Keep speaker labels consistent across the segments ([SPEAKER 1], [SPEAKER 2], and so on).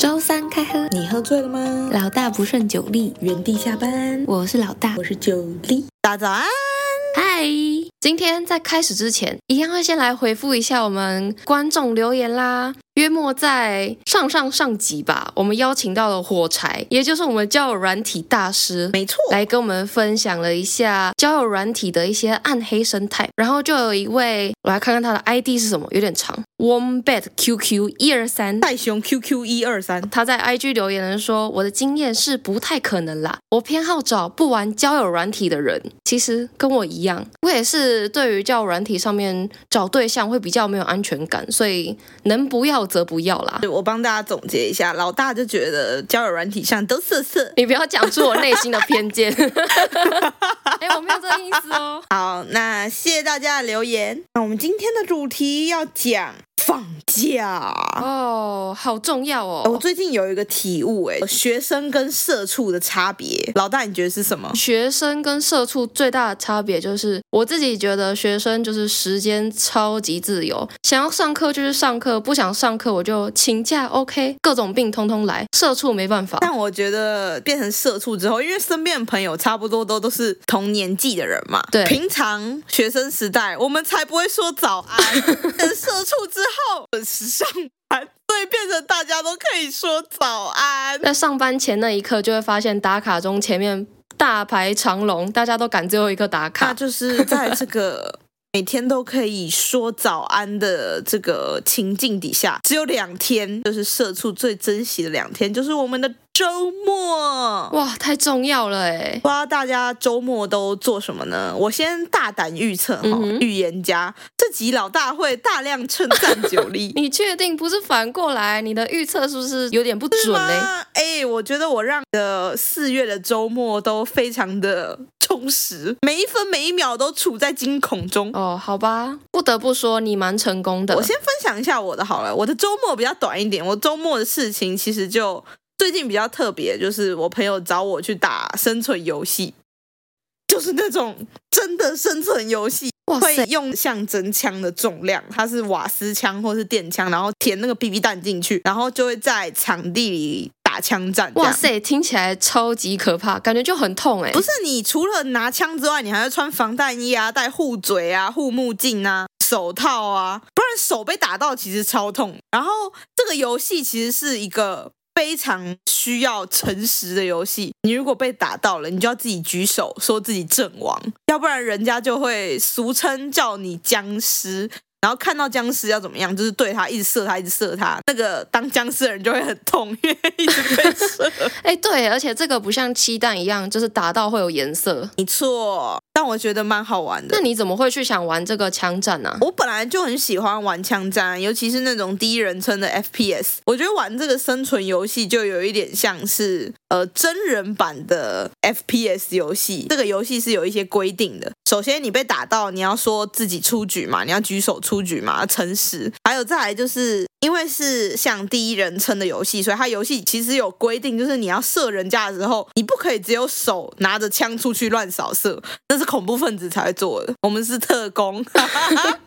[SPEAKER 1] 周三开喝，
[SPEAKER 2] 你喝醉了吗？
[SPEAKER 1] 老大不顺酒力，
[SPEAKER 2] 原地下班，
[SPEAKER 1] 我是老大
[SPEAKER 2] 我。是九力，大家早安。
[SPEAKER 1] 嗨，今天在开始之前，一样会先来回复一下我们观众留言啦。约莫在上上上集吧，我们邀请到了火柴，也就是我们交友软体大师，
[SPEAKER 2] 没错，
[SPEAKER 1] 来跟我们分享了一下交友软体的一些暗黑生态。然后就有一位，我来看看他的 ID 是什么，有点长，Wombat QQ 一二三。
[SPEAKER 2] 戴熊 QQ 一二三，
[SPEAKER 1] 他在 IG 留言人说：“我的经验是不太可能啦，我偏好找不玩交友软体的人。其实跟我一样，我也是对于交友软体上面找对象会比较没有安全感，所以能不要则不要啦。
[SPEAKER 2] 我帮大家总结一下，老大就觉得交友软体上都色色。
[SPEAKER 1] 你不要讲出我内心的偏 见。哎、我没有这个意思哦。
[SPEAKER 2] 好，那谢谢大家的留言。那我们今天的主题要讲放假。
[SPEAKER 1] 哦，好重要
[SPEAKER 2] 我
[SPEAKER 1] 哦。
[SPEAKER 2] 最近有一个体悟，哎，学生跟社畜的差别，老大你觉得是什么？
[SPEAKER 1] 学生跟社畜最大的差别就是，我自己觉得学生就是时间超级自由，想要上课就去上课，不想上课我就请假，OK，各种病通通来。社畜没办法，
[SPEAKER 2] 但我觉得变成社畜之后，因为身边的朋友差不多都都是同年纪的人嘛。
[SPEAKER 1] 对
[SPEAKER 2] 平常学生时代我们才不会说早安，等社畜之后准时上班，所以变成大家都可以说早安。
[SPEAKER 1] 在上班前那一刻就会发现打卡中前面大排长龙，大家都赶最后一刻打
[SPEAKER 2] 那
[SPEAKER 1] 卡。
[SPEAKER 2] 就是在这个每天都可以说早安的这个情境底下，只有两天，就是社畜最珍惜的两天，就是我们的周末。
[SPEAKER 1] 哇，太重要了哎！
[SPEAKER 2] 不知道大家周末都做什么呢？我先大胆预测哈、
[SPEAKER 1] 嗯哼
[SPEAKER 2] 预言家这集老大会大量称赞九力。
[SPEAKER 1] 你确定不是反过来？你的预测是不是有点不 准嘞？
[SPEAKER 2] 吗？哎、我觉得我让的四月的周末都非常的充实，每一分每一秒都处在惊恐中。
[SPEAKER 1] 哦，好吧，不得不说你蛮成功的
[SPEAKER 2] 我。先分享一下我的好了，我的周末比较短一点，我周末的事情其实就最近比较特别，就是我朋友找我去打生存游戏，就是那种真的生存游戏。
[SPEAKER 1] 哇
[SPEAKER 2] 会
[SPEAKER 1] 塞，
[SPEAKER 2] 用象征枪的重量，它是瓦斯枪或是电枪，然后填那个 BB 弹进去，然后就会在场地里打枪战。这
[SPEAKER 1] 哇
[SPEAKER 2] 样，
[SPEAKER 1] 塞，听起来超级可怕，感觉就很痛哎、
[SPEAKER 2] 不是你除了拿枪之外，你还要穿防弹衣啊，戴护嘴啊、护目镜啊、手套啊，不然手被打到其实超痛。然后这个游戏其实是一个。非常需要诚实的游戏，你如果被打到了，你就要自己举手说自己阵亡，要不然人家就会俗称叫你僵尸。然后看到僵尸要怎么样，就是对他一直射他，一直射他。那个当僵尸的人就会很痛，因为一直被射。
[SPEAKER 1] 哎、对，而且这个不像鸡蛋一样，就是打到会有颜色。
[SPEAKER 2] 没错， 但我觉得蛮好玩的
[SPEAKER 1] 那。你怎么会去想玩这个枪战呢、啊？
[SPEAKER 2] 我本来就很喜欢玩枪战，尤其是那种第一人称的 FPS。我觉得玩这个生存游戏就有一点像是呃真人版的 FPS 游戏。这个游戏是有一些规定的，首先你被打到，你要说自己出局嘛，你要举手出局嘛，诚实。还有再来就是因为是像第一人称的游戏，所以它游戏其实有规定，就是你要射人家的时候，你不可以只有手拿着枪出去乱扫射，那是恐怖分子才会做的。我们是特 工。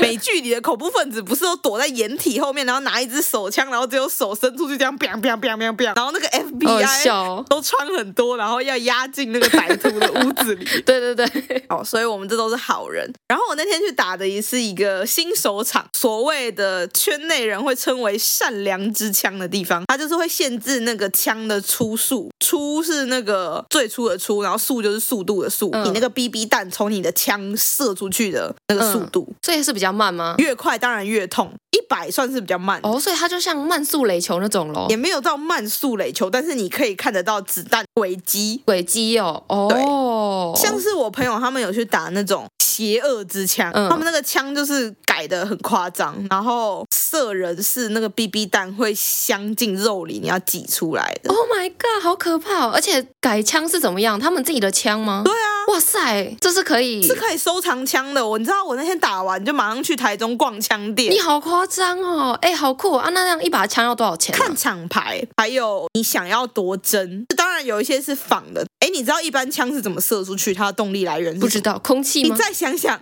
[SPEAKER 2] 美剧里的恐怖分子不是都躲在掩体后面，然后拿一支手枪，然后只有手伸出去这样 biang biang biang biang biang，然后那个
[SPEAKER 1] 好
[SPEAKER 2] FBI
[SPEAKER 1] 笑哦。
[SPEAKER 2] 都穿很多，然后要压进那个歹徒的屋子里。
[SPEAKER 1] 对对对，
[SPEAKER 2] 哦，所以我们这都是好人。然后我那天去打的也是一个新手场，所谓的圈内人会称为善良之枪的地方，它就是会限制那个枪的出速，出是那个最初的出，然后速就是速度的速，
[SPEAKER 1] 嗯
[SPEAKER 2] 你那个 BB 弹从你的枪射出去的那个速
[SPEAKER 1] 嗯
[SPEAKER 2] 度，
[SPEAKER 1] 这也是比较慢吗？
[SPEAKER 2] 越快当然越痛，一百算是比较慢。
[SPEAKER 1] 哦，所以它就像慢速垒球那种咯
[SPEAKER 2] 也，没有到慢速垒球，但是你可以看得到子弹轨迹，
[SPEAKER 1] 轨迹哦，哦，
[SPEAKER 2] 像是我朋友他们有去打那种邪恶之枪，
[SPEAKER 1] 嗯
[SPEAKER 2] 他们那个枪就是改的很夸张，然后射人是那个 BB 弹会镶进肉里，你要挤出来的。
[SPEAKER 1] 哦 Oh my god，好可怕、哦！而且改枪是怎么样？他们自己的枪吗？
[SPEAKER 2] 对啊，
[SPEAKER 1] 哇塞，这是可以
[SPEAKER 2] 是，可以收藏枪的。我你知道，我那天打完就马上去台中逛枪店
[SPEAKER 1] 你，好夸张哦！哎，好酷哦啊！那样一把枪要多少钱、啊
[SPEAKER 2] 看？厂牌，还有你想要多真。当然有一些是仿的。哎，你知道一般枪是怎么射出去？它的动力来源是什么
[SPEAKER 1] 不知道，空气
[SPEAKER 2] 你
[SPEAKER 1] 吗？
[SPEAKER 2] 再想想，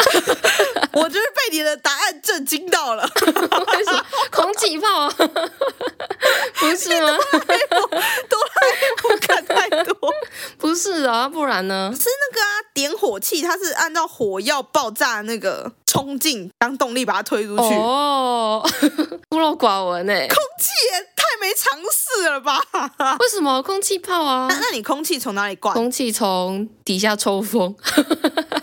[SPEAKER 2] 我就是被你的答案震惊到了。
[SPEAKER 1] 为什么空气炮？啊不是吗？
[SPEAKER 2] 哆啦 A 梦看太多，
[SPEAKER 1] 不是啊，不然呢？
[SPEAKER 2] 是那个啊，点火器，它是按照火药爆炸那个冲劲当动力把它推出去。
[SPEAKER 1] 哦，孤陋寡闻哎、
[SPEAKER 2] 空气也太没常识 了吧？
[SPEAKER 1] 为什么空气炮啊
[SPEAKER 2] 那？那你空气从哪里灌？
[SPEAKER 1] 空气从底下抽风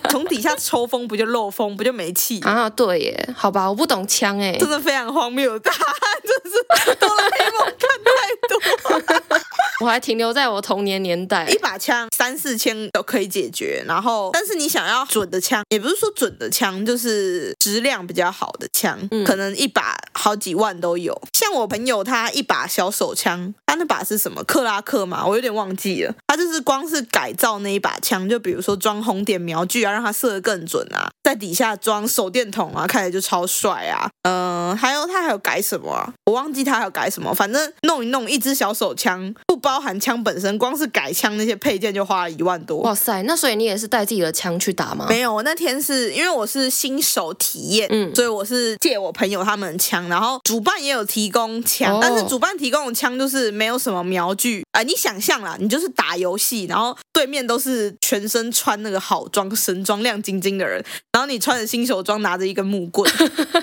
[SPEAKER 2] 从底下抽风不就漏风，不就没气？
[SPEAKER 1] 啊！对耶，好吧，我不懂枪哎、
[SPEAKER 2] 真的非常荒谬的答案，真是哆啦 A 梦看太多。
[SPEAKER 1] 我还停留在我童年年代
[SPEAKER 2] 一。把枪三四千都可以解决，然后但是你想要准的枪，也不是说准的枪，就是质量比较好的枪，
[SPEAKER 1] 嗯
[SPEAKER 2] 可能一把好几万都有。像我朋友他一把小手枪，他那把是什么克拉克嘛，我有点忘记了。他就是光是改造那一把枪，就比如说装红点瞄具啊，让它射得更准啊，在底下装手电筒啊，看起来就超帅啊。嗯、还有他还有改什么啊？我忘记他还有改什么，反正弄一弄一支小手枪，不包含枪本身，光是改枪那些配件就花了一万多。
[SPEAKER 1] 哇塞，那所以你也是带自己的枪去打吗？
[SPEAKER 2] 没有，我那天是因为我是新手体验，
[SPEAKER 1] 嗯
[SPEAKER 2] 所以我是借我朋友他们的枪，然后主办也有提供枪，
[SPEAKER 1] 哦
[SPEAKER 2] 但是主办提供的枪就是没有什么瞄具啊、呃你想象啦，你就是打游戏，然后对面都是全身穿那个好装、神装、亮晶晶的人，然后你穿着新手装，拿着一根木 棍，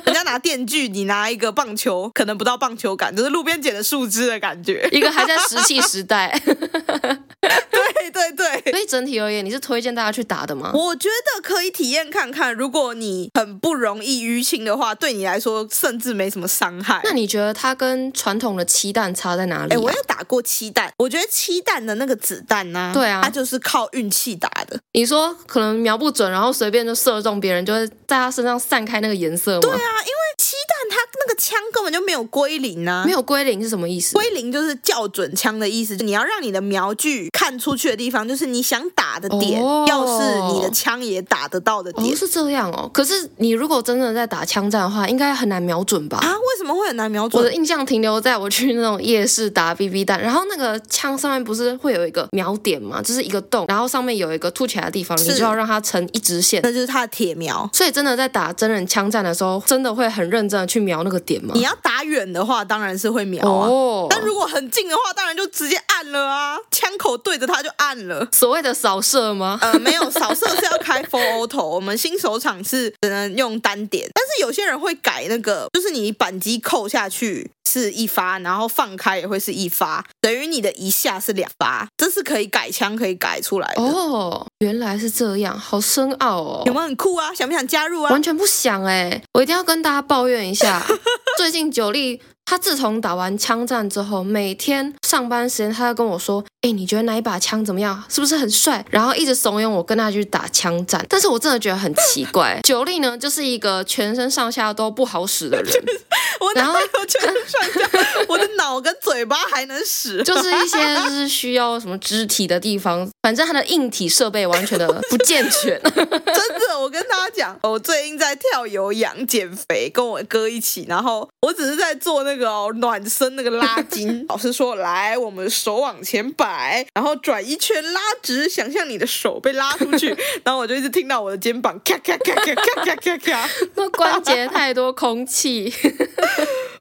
[SPEAKER 2] 人家拿电锯，你拿一个棒球，可能不到棒球杆，就是路边捡的树枝的感觉。
[SPEAKER 1] 一个还在石器时代，
[SPEAKER 2] 对对对，
[SPEAKER 1] 所以整体而言，你是推荐大家去打的吗？
[SPEAKER 2] 我觉得可以体验看看，如果你很不容易淤青的话，对你来说甚至没什么伤害。
[SPEAKER 1] 那你觉得它跟传统的鸡蛋差在哪里、
[SPEAKER 2] 哎、
[SPEAKER 1] 啊？
[SPEAKER 2] 我也打过七弹，我觉得七弹的那个子弹呢、
[SPEAKER 1] 对啊
[SPEAKER 2] 它就是靠运气打的。
[SPEAKER 1] 你说可能瞄不准，然后随便就射中别人，就会在他身上散开那个颜色吗？对
[SPEAKER 2] 对啊，因为七弹它那个枪根本就没有归零啊
[SPEAKER 1] 没。有归零是什么意思？
[SPEAKER 2] 归零就是校准枪的意思，你要让你的瞄具看出去的地方，就是你想打的点，
[SPEAKER 1] 哦
[SPEAKER 2] 要是你的枪也打得到的
[SPEAKER 1] 哦，
[SPEAKER 2] 点、
[SPEAKER 1] 是这样哦。可是你如果真的在打枪战的话，应该很难瞄准吧？
[SPEAKER 2] 啊？为什么会很难瞄
[SPEAKER 1] 我
[SPEAKER 2] 准？
[SPEAKER 1] 的印象停留在我去那种夜市打 BB 弹，然后那个枪上面不是会有一个瞄点嘛，就是一个洞，然后上面有一个凸起来的地方，你
[SPEAKER 2] 是
[SPEAKER 1] 就要让它成一直线。
[SPEAKER 2] 那就是它的铁瞄。
[SPEAKER 1] 所以真的在打真人枪战的时候，真的会很认真的去瞄那个点吗
[SPEAKER 2] 你？要打远的话，当然是会瞄啊。
[SPEAKER 1] 哦，
[SPEAKER 2] 但如果很近的话，当然就直接按了啊，枪口对着它就按了。
[SPEAKER 1] 所谓的扫射吗？
[SPEAKER 2] 呃，没有扫射是要开 full auto，我们新手场是只能用单点，但是有些人会改那个，就是你扳机扣下去是一发，然后放开也会是一发，等于你的一下是两发，这是可以改枪可以改出来的，
[SPEAKER 1] 哦，原来是这样，好深奥哦。
[SPEAKER 2] 有没有很酷啊？想不想加入啊
[SPEAKER 1] 完？全不想哎、我一定要跟大家抱怨一下，最近九力。他自从打完枪战之后，每天上班时间，他就跟我说：“哎、你觉得哪一把枪怎么样？是不是很帅？”然后一直怂恿我跟他去打枪战。但是我真的觉得很奇怪，九力呢就是一个全身上下都不好使的人，
[SPEAKER 2] 我
[SPEAKER 1] 然
[SPEAKER 2] 哪
[SPEAKER 1] 后
[SPEAKER 2] 有全身上下，我的脑跟嘴巴还能使，
[SPEAKER 1] 就是一些就是需要什么肢体的地方，反正他的硬体设备完全的不健全。
[SPEAKER 2] 真的，我跟大家讲，我最近在跳有氧减肥，跟我哥一起，然后我只是在做那个、哦、暖身那个拉筋。老师说，来，我们手往前摆，然后转一圈拉直，想象你的手被拉出去，然后我就一直听到我的肩膀咔咔咔咔咔咔咔咔。
[SPEAKER 1] 那 关节太多空气。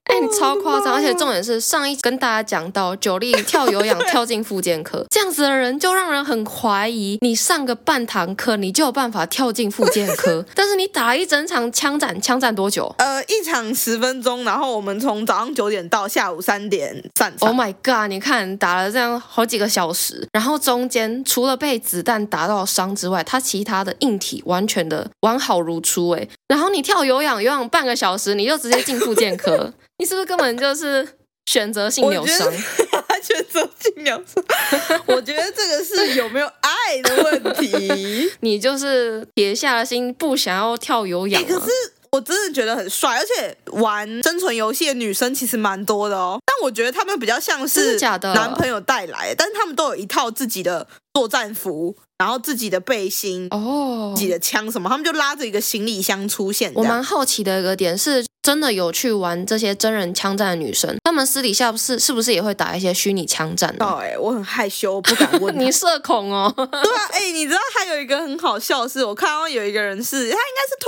[SPEAKER 1] 哎、你超夸张！而且重点是，上一集跟大家讲到九力跳有氧跳进复健科， 这样子的人就让人很怀疑，你上个半堂课你就有办法跳进复健科， 但是你打了一整场枪战，枪战多久
[SPEAKER 2] 呃，一场十分钟，然后我们从早上九点到下午三点散场。
[SPEAKER 1] ？Oh my god！你看打了这样好几个小时，然后中间除了被子弹打到伤之外，他其他的硬体完全的完好如初哎。然后你跳有氧，有氧半个小时你就直接进复健科，你是不是根本就是选择性
[SPEAKER 2] 我
[SPEAKER 1] 扭
[SPEAKER 2] 觉
[SPEAKER 1] 伤
[SPEAKER 2] 得？他选择性秒杀，我觉得这个是有没有爱的问题。
[SPEAKER 1] 你就是铁下了心不想要跳有氧、啊
[SPEAKER 2] 欸可是我真的觉得很帅，而且玩生存游戏的女生其实蛮多的哦。但我觉得她们比较像
[SPEAKER 1] 真
[SPEAKER 2] 是
[SPEAKER 1] 的假的
[SPEAKER 2] 男朋友带来的，但是她们都有一套自己的作战服，然后自己的背心、
[SPEAKER 1] 哦
[SPEAKER 2] 自己的枪什么，他们就拉着一个行李箱出现。
[SPEAKER 1] 我
[SPEAKER 2] 这样
[SPEAKER 1] 蛮好奇的一个点是，真的有去玩这些真人枪战的女生，她们私底下是是不是也会打一些虚拟枪战呢？
[SPEAKER 2] 到哎、我很害羞，不敢问 他
[SPEAKER 1] 你社恐哦，
[SPEAKER 2] 对啊，哎、你知道还有一个很好笑的是，我看到有一个人是他应该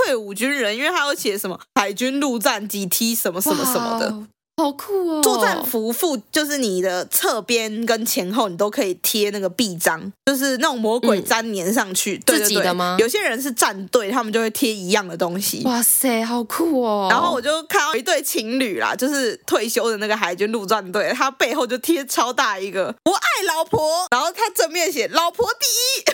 [SPEAKER 2] 是退伍军人，因为他有写什么海军陆战几 T 什么什么什么的。
[SPEAKER 1] 哇，好酷哦！
[SPEAKER 2] 作战服附就是你的侧边跟前后，你都可以贴那个臂章，就是那种魔鬼粘粘上去。对
[SPEAKER 1] 嗯
[SPEAKER 2] 对
[SPEAKER 1] 自己的吗
[SPEAKER 2] 对有些人是战队，他们就会贴一样的东西。
[SPEAKER 1] 哇塞，好酷哦！
[SPEAKER 2] 然后我就看到一对情侣啦，就是退休的那个海军陆战队，他背后就贴超大一个“我爱老婆”，然后他正面写“老婆第一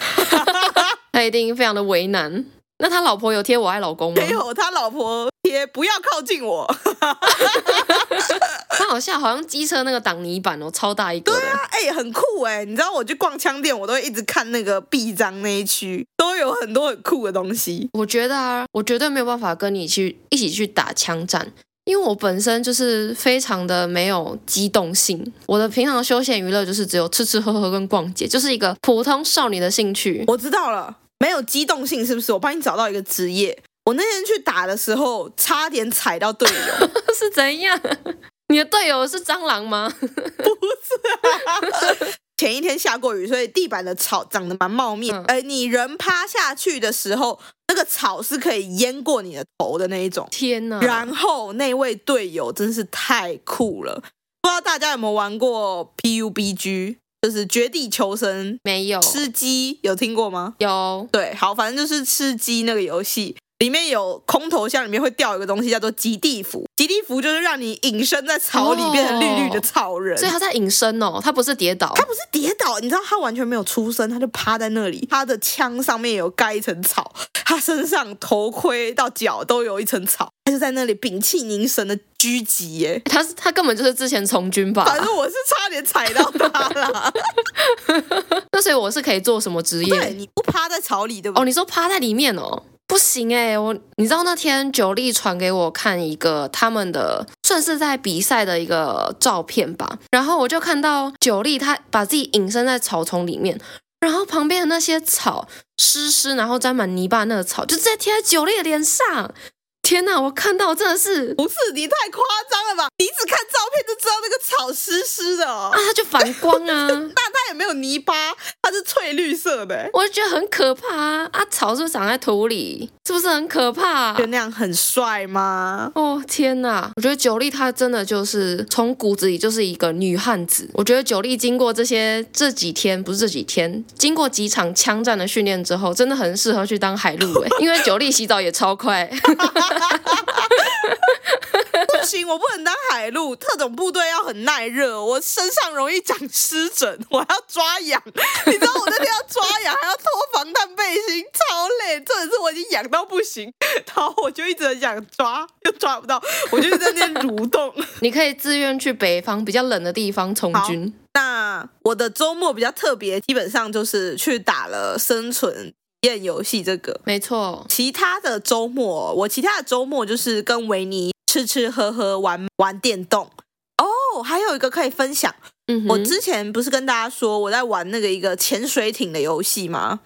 [SPEAKER 1] 他一定非常的为难。那他老婆有贴我爱老公”，吗
[SPEAKER 2] 没？有他老婆贴“不要靠近我”。
[SPEAKER 1] 他好像好像机车那个挡泥板哦，超大一个的。
[SPEAKER 2] 哎、很酷哎、你知道我去逛枪店，我都会一直看那个臂章那一区，都有很多很酷的东西。
[SPEAKER 1] 我觉得啊，我绝对没有办法跟你去一起去打枪战，因为我本身就是非常的没有机动性。我的平常休闲娱乐就是只有吃吃喝喝跟逛街，就是一个普通少女的兴趣。
[SPEAKER 2] 我知道了，没有机动性是不是？我帮你找到一个职业。我那天去打的时候，差点踩到队友，
[SPEAKER 1] 是怎样？ 你的队友是蟑螂吗？
[SPEAKER 2] 前一天下过雨，所以地板的草长得蛮茂密。
[SPEAKER 1] 嗯
[SPEAKER 2] 哎、你人趴下去的时候，那个草是可以淹过你的头的那一种。
[SPEAKER 1] 天哪！
[SPEAKER 2] 然后那位队友真是太酷了，不知道大家有没有玩过 PUBG，就是绝地求生
[SPEAKER 1] 没有，
[SPEAKER 2] 吃鸡有听过吗？
[SPEAKER 1] 有
[SPEAKER 2] 对，好，反正就是吃鸡那个游戏，里面有空投箱里面会掉一个东西叫做极地服，极地服就是让你隐身在草里
[SPEAKER 1] 哦
[SPEAKER 2] 变成绿绿的草人。
[SPEAKER 1] 所以他在隐身哦，他不是跌倒。
[SPEAKER 2] 他不是跌倒，你知道他完全没有出声，他就趴在那里，他的枪上面有盖一层草，他身上头盔到脚都有一层草，他就在那里屏气凝神的狙击耶。
[SPEAKER 1] 他是他根本就是之前从军吧？
[SPEAKER 2] 反正我是差点踩到他 啦。
[SPEAKER 1] 那所以我是可以做什么职
[SPEAKER 2] 对，
[SPEAKER 1] 业？
[SPEAKER 2] 你不趴在草里，对不对？
[SPEAKER 1] 哦，你说趴在里面哦，不行哎、我你知道那天九力传给我看一个他们的算是在比赛的一个照片吧，然后我就看到九力他把自己隐身在草丛里面。然后旁边的那些草湿湿，然后沾满泥巴，那个草就直接贴在九力的脸上。天哪，我看到真的是
[SPEAKER 2] 不是你太夸张了吧？你只看照片就知道那个草湿湿的、哦，
[SPEAKER 1] 啊，，它就反光啊
[SPEAKER 2] 那它也没有泥巴，它是翠绿色的、欸
[SPEAKER 1] 我就觉得很可怕啊！啊，草是不是长在土里？是不是很可怕啊、
[SPEAKER 2] 就那样很帅吗？
[SPEAKER 1] 哦天哪！我觉得九力她真的就是从骨子里就是一个女汉子。我觉得九力经过这些这几天不是这几天，经过几场枪战的训练之后，真的很适合去当海陆诶，因为九力洗澡也超快。
[SPEAKER 2] 不行，我不能当海陆，特种部队要很耐热，我身上容易长湿疹，我还要抓痒。你知道我那天要抓痒，还要脱防弹背心，超累。重点是我已经痒到不行，然后我就一直很想抓，又抓不到，我就在那边蠕动。
[SPEAKER 1] 你可以自愿去北方比较冷的地方从军。
[SPEAKER 2] 那我的周末比较特别，基本上就是去打了生存体验游戏这个。
[SPEAKER 1] 没错，
[SPEAKER 2] 其他的周末，我其他的周末就是跟维尼吃吃喝喝、玩玩电动。哦，还有一个可以分享，
[SPEAKER 1] 嗯哼，
[SPEAKER 2] 我之前不是跟大家说我在玩那个一个潜水艇的游戏吗？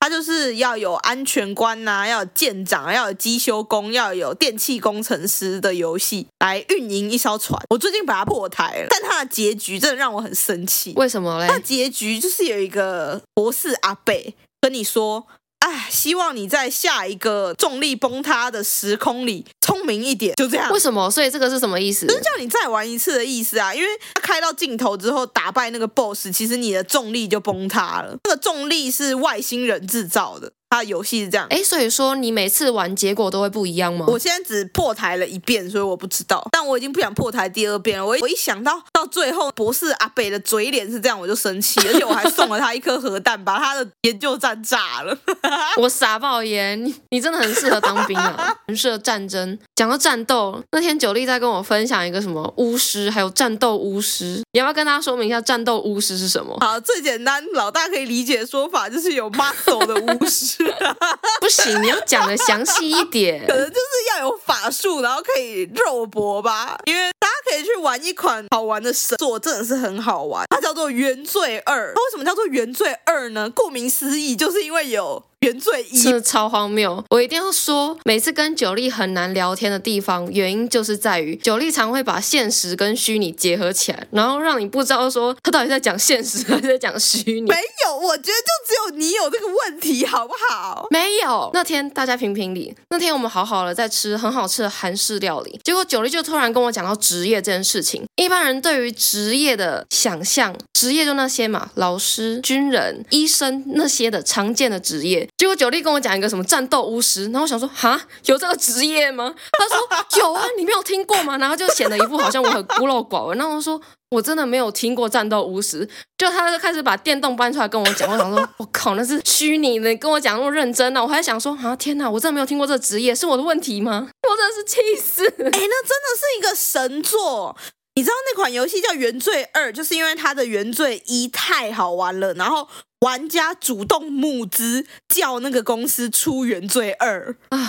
[SPEAKER 2] 它就是要有安全官呐、要有舰长，要有机修工，要有电气工程师的游戏来运营一艘船。我最近把它破台了，但它的结局真的让我很生气。
[SPEAKER 1] 为什么嘞
[SPEAKER 2] 那？ 结局就是有一个博士阿贝跟你说：“哎，希望你在下一个重力崩塌的时空里聪明一点。”就这样
[SPEAKER 1] 为。什么？所以这个是什么意思？
[SPEAKER 2] 就是叫你再玩一次的意思啊，因为他开到尽头之后打败那个 BOSS，其实你的重力就崩塌了。那个重力是外星人制造的，它的游戏是这样。
[SPEAKER 1] 哎，所以说你每次玩结果都会不一样吗？
[SPEAKER 2] 我现在只破台了一遍，所以我不知道。但我已经不想破台第二遍了。我一我一想到到最后博士阿北的嘴脸是这样，我就生气，而且我还送了他一颗核弹，把他的研究站炸了。
[SPEAKER 1] 我傻爆耶！你你真的很适合当兵啊，很适合战争。讲到战斗，那天九力在跟我分享一个什么巫师，还有战斗巫师。你要不要跟大家说明一下战斗巫师是什么？
[SPEAKER 2] 好，最简单，老大可以理解的说法就是有 muscle 的巫师、
[SPEAKER 1] 不行，你要讲的详细一点
[SPEAKER 2] 可。能就是要有法术，然后可以肉搏吧，因为大家可以去玩一款好玩的神作，真的是很好玩。它叫做《原罪二》。它为什么叫做《原罪二》呢？顾名思义，就是因为有原罪一
[SPEAKER 1] 真。的超荒谬！我一定要说，每次跟九力很难聊天的地方，原因就是在于九力常会把现实跟虚拟结合起来，然后让你不知道说他到底在讲现实还是在讲虚拟
[SPEAKER 2] 没。有，我觉得就只有你有这个问题，好不好？
[SPEAKER 1] 没有，那天大家评评理。那天我们好好的在吃很好吃的韩式料理，结果九力就突然跟我讲到职业这件事情。一般人对于职业的想象，职业就那些嘛，老师、军人、医生那些的常见的职业。结果九力跟我讲一个什么战斗巫师，然后我想说，哈，有这个职业吗？他说 有啊，你没有听过吗？然后就显得一副好像我很孤陋寡闻。然后我说。我真的没有听过战斗巫师，就他就开始把电动搬出来跟我讲， 我想说，我靠，那是虚拟的，你跟我讲那么认真呢、我还想说，啊，天哪，我真的没有听过这个职业，是我的问题吗？ 我真的是气死！
[SPEAKER 2] 哎，那真的是一个神作。你知道那款游戏叫《原罪二》，就是因为它的《原罪一》太好玩了，然后玩家主动募资叫那个公司出《原罪二》。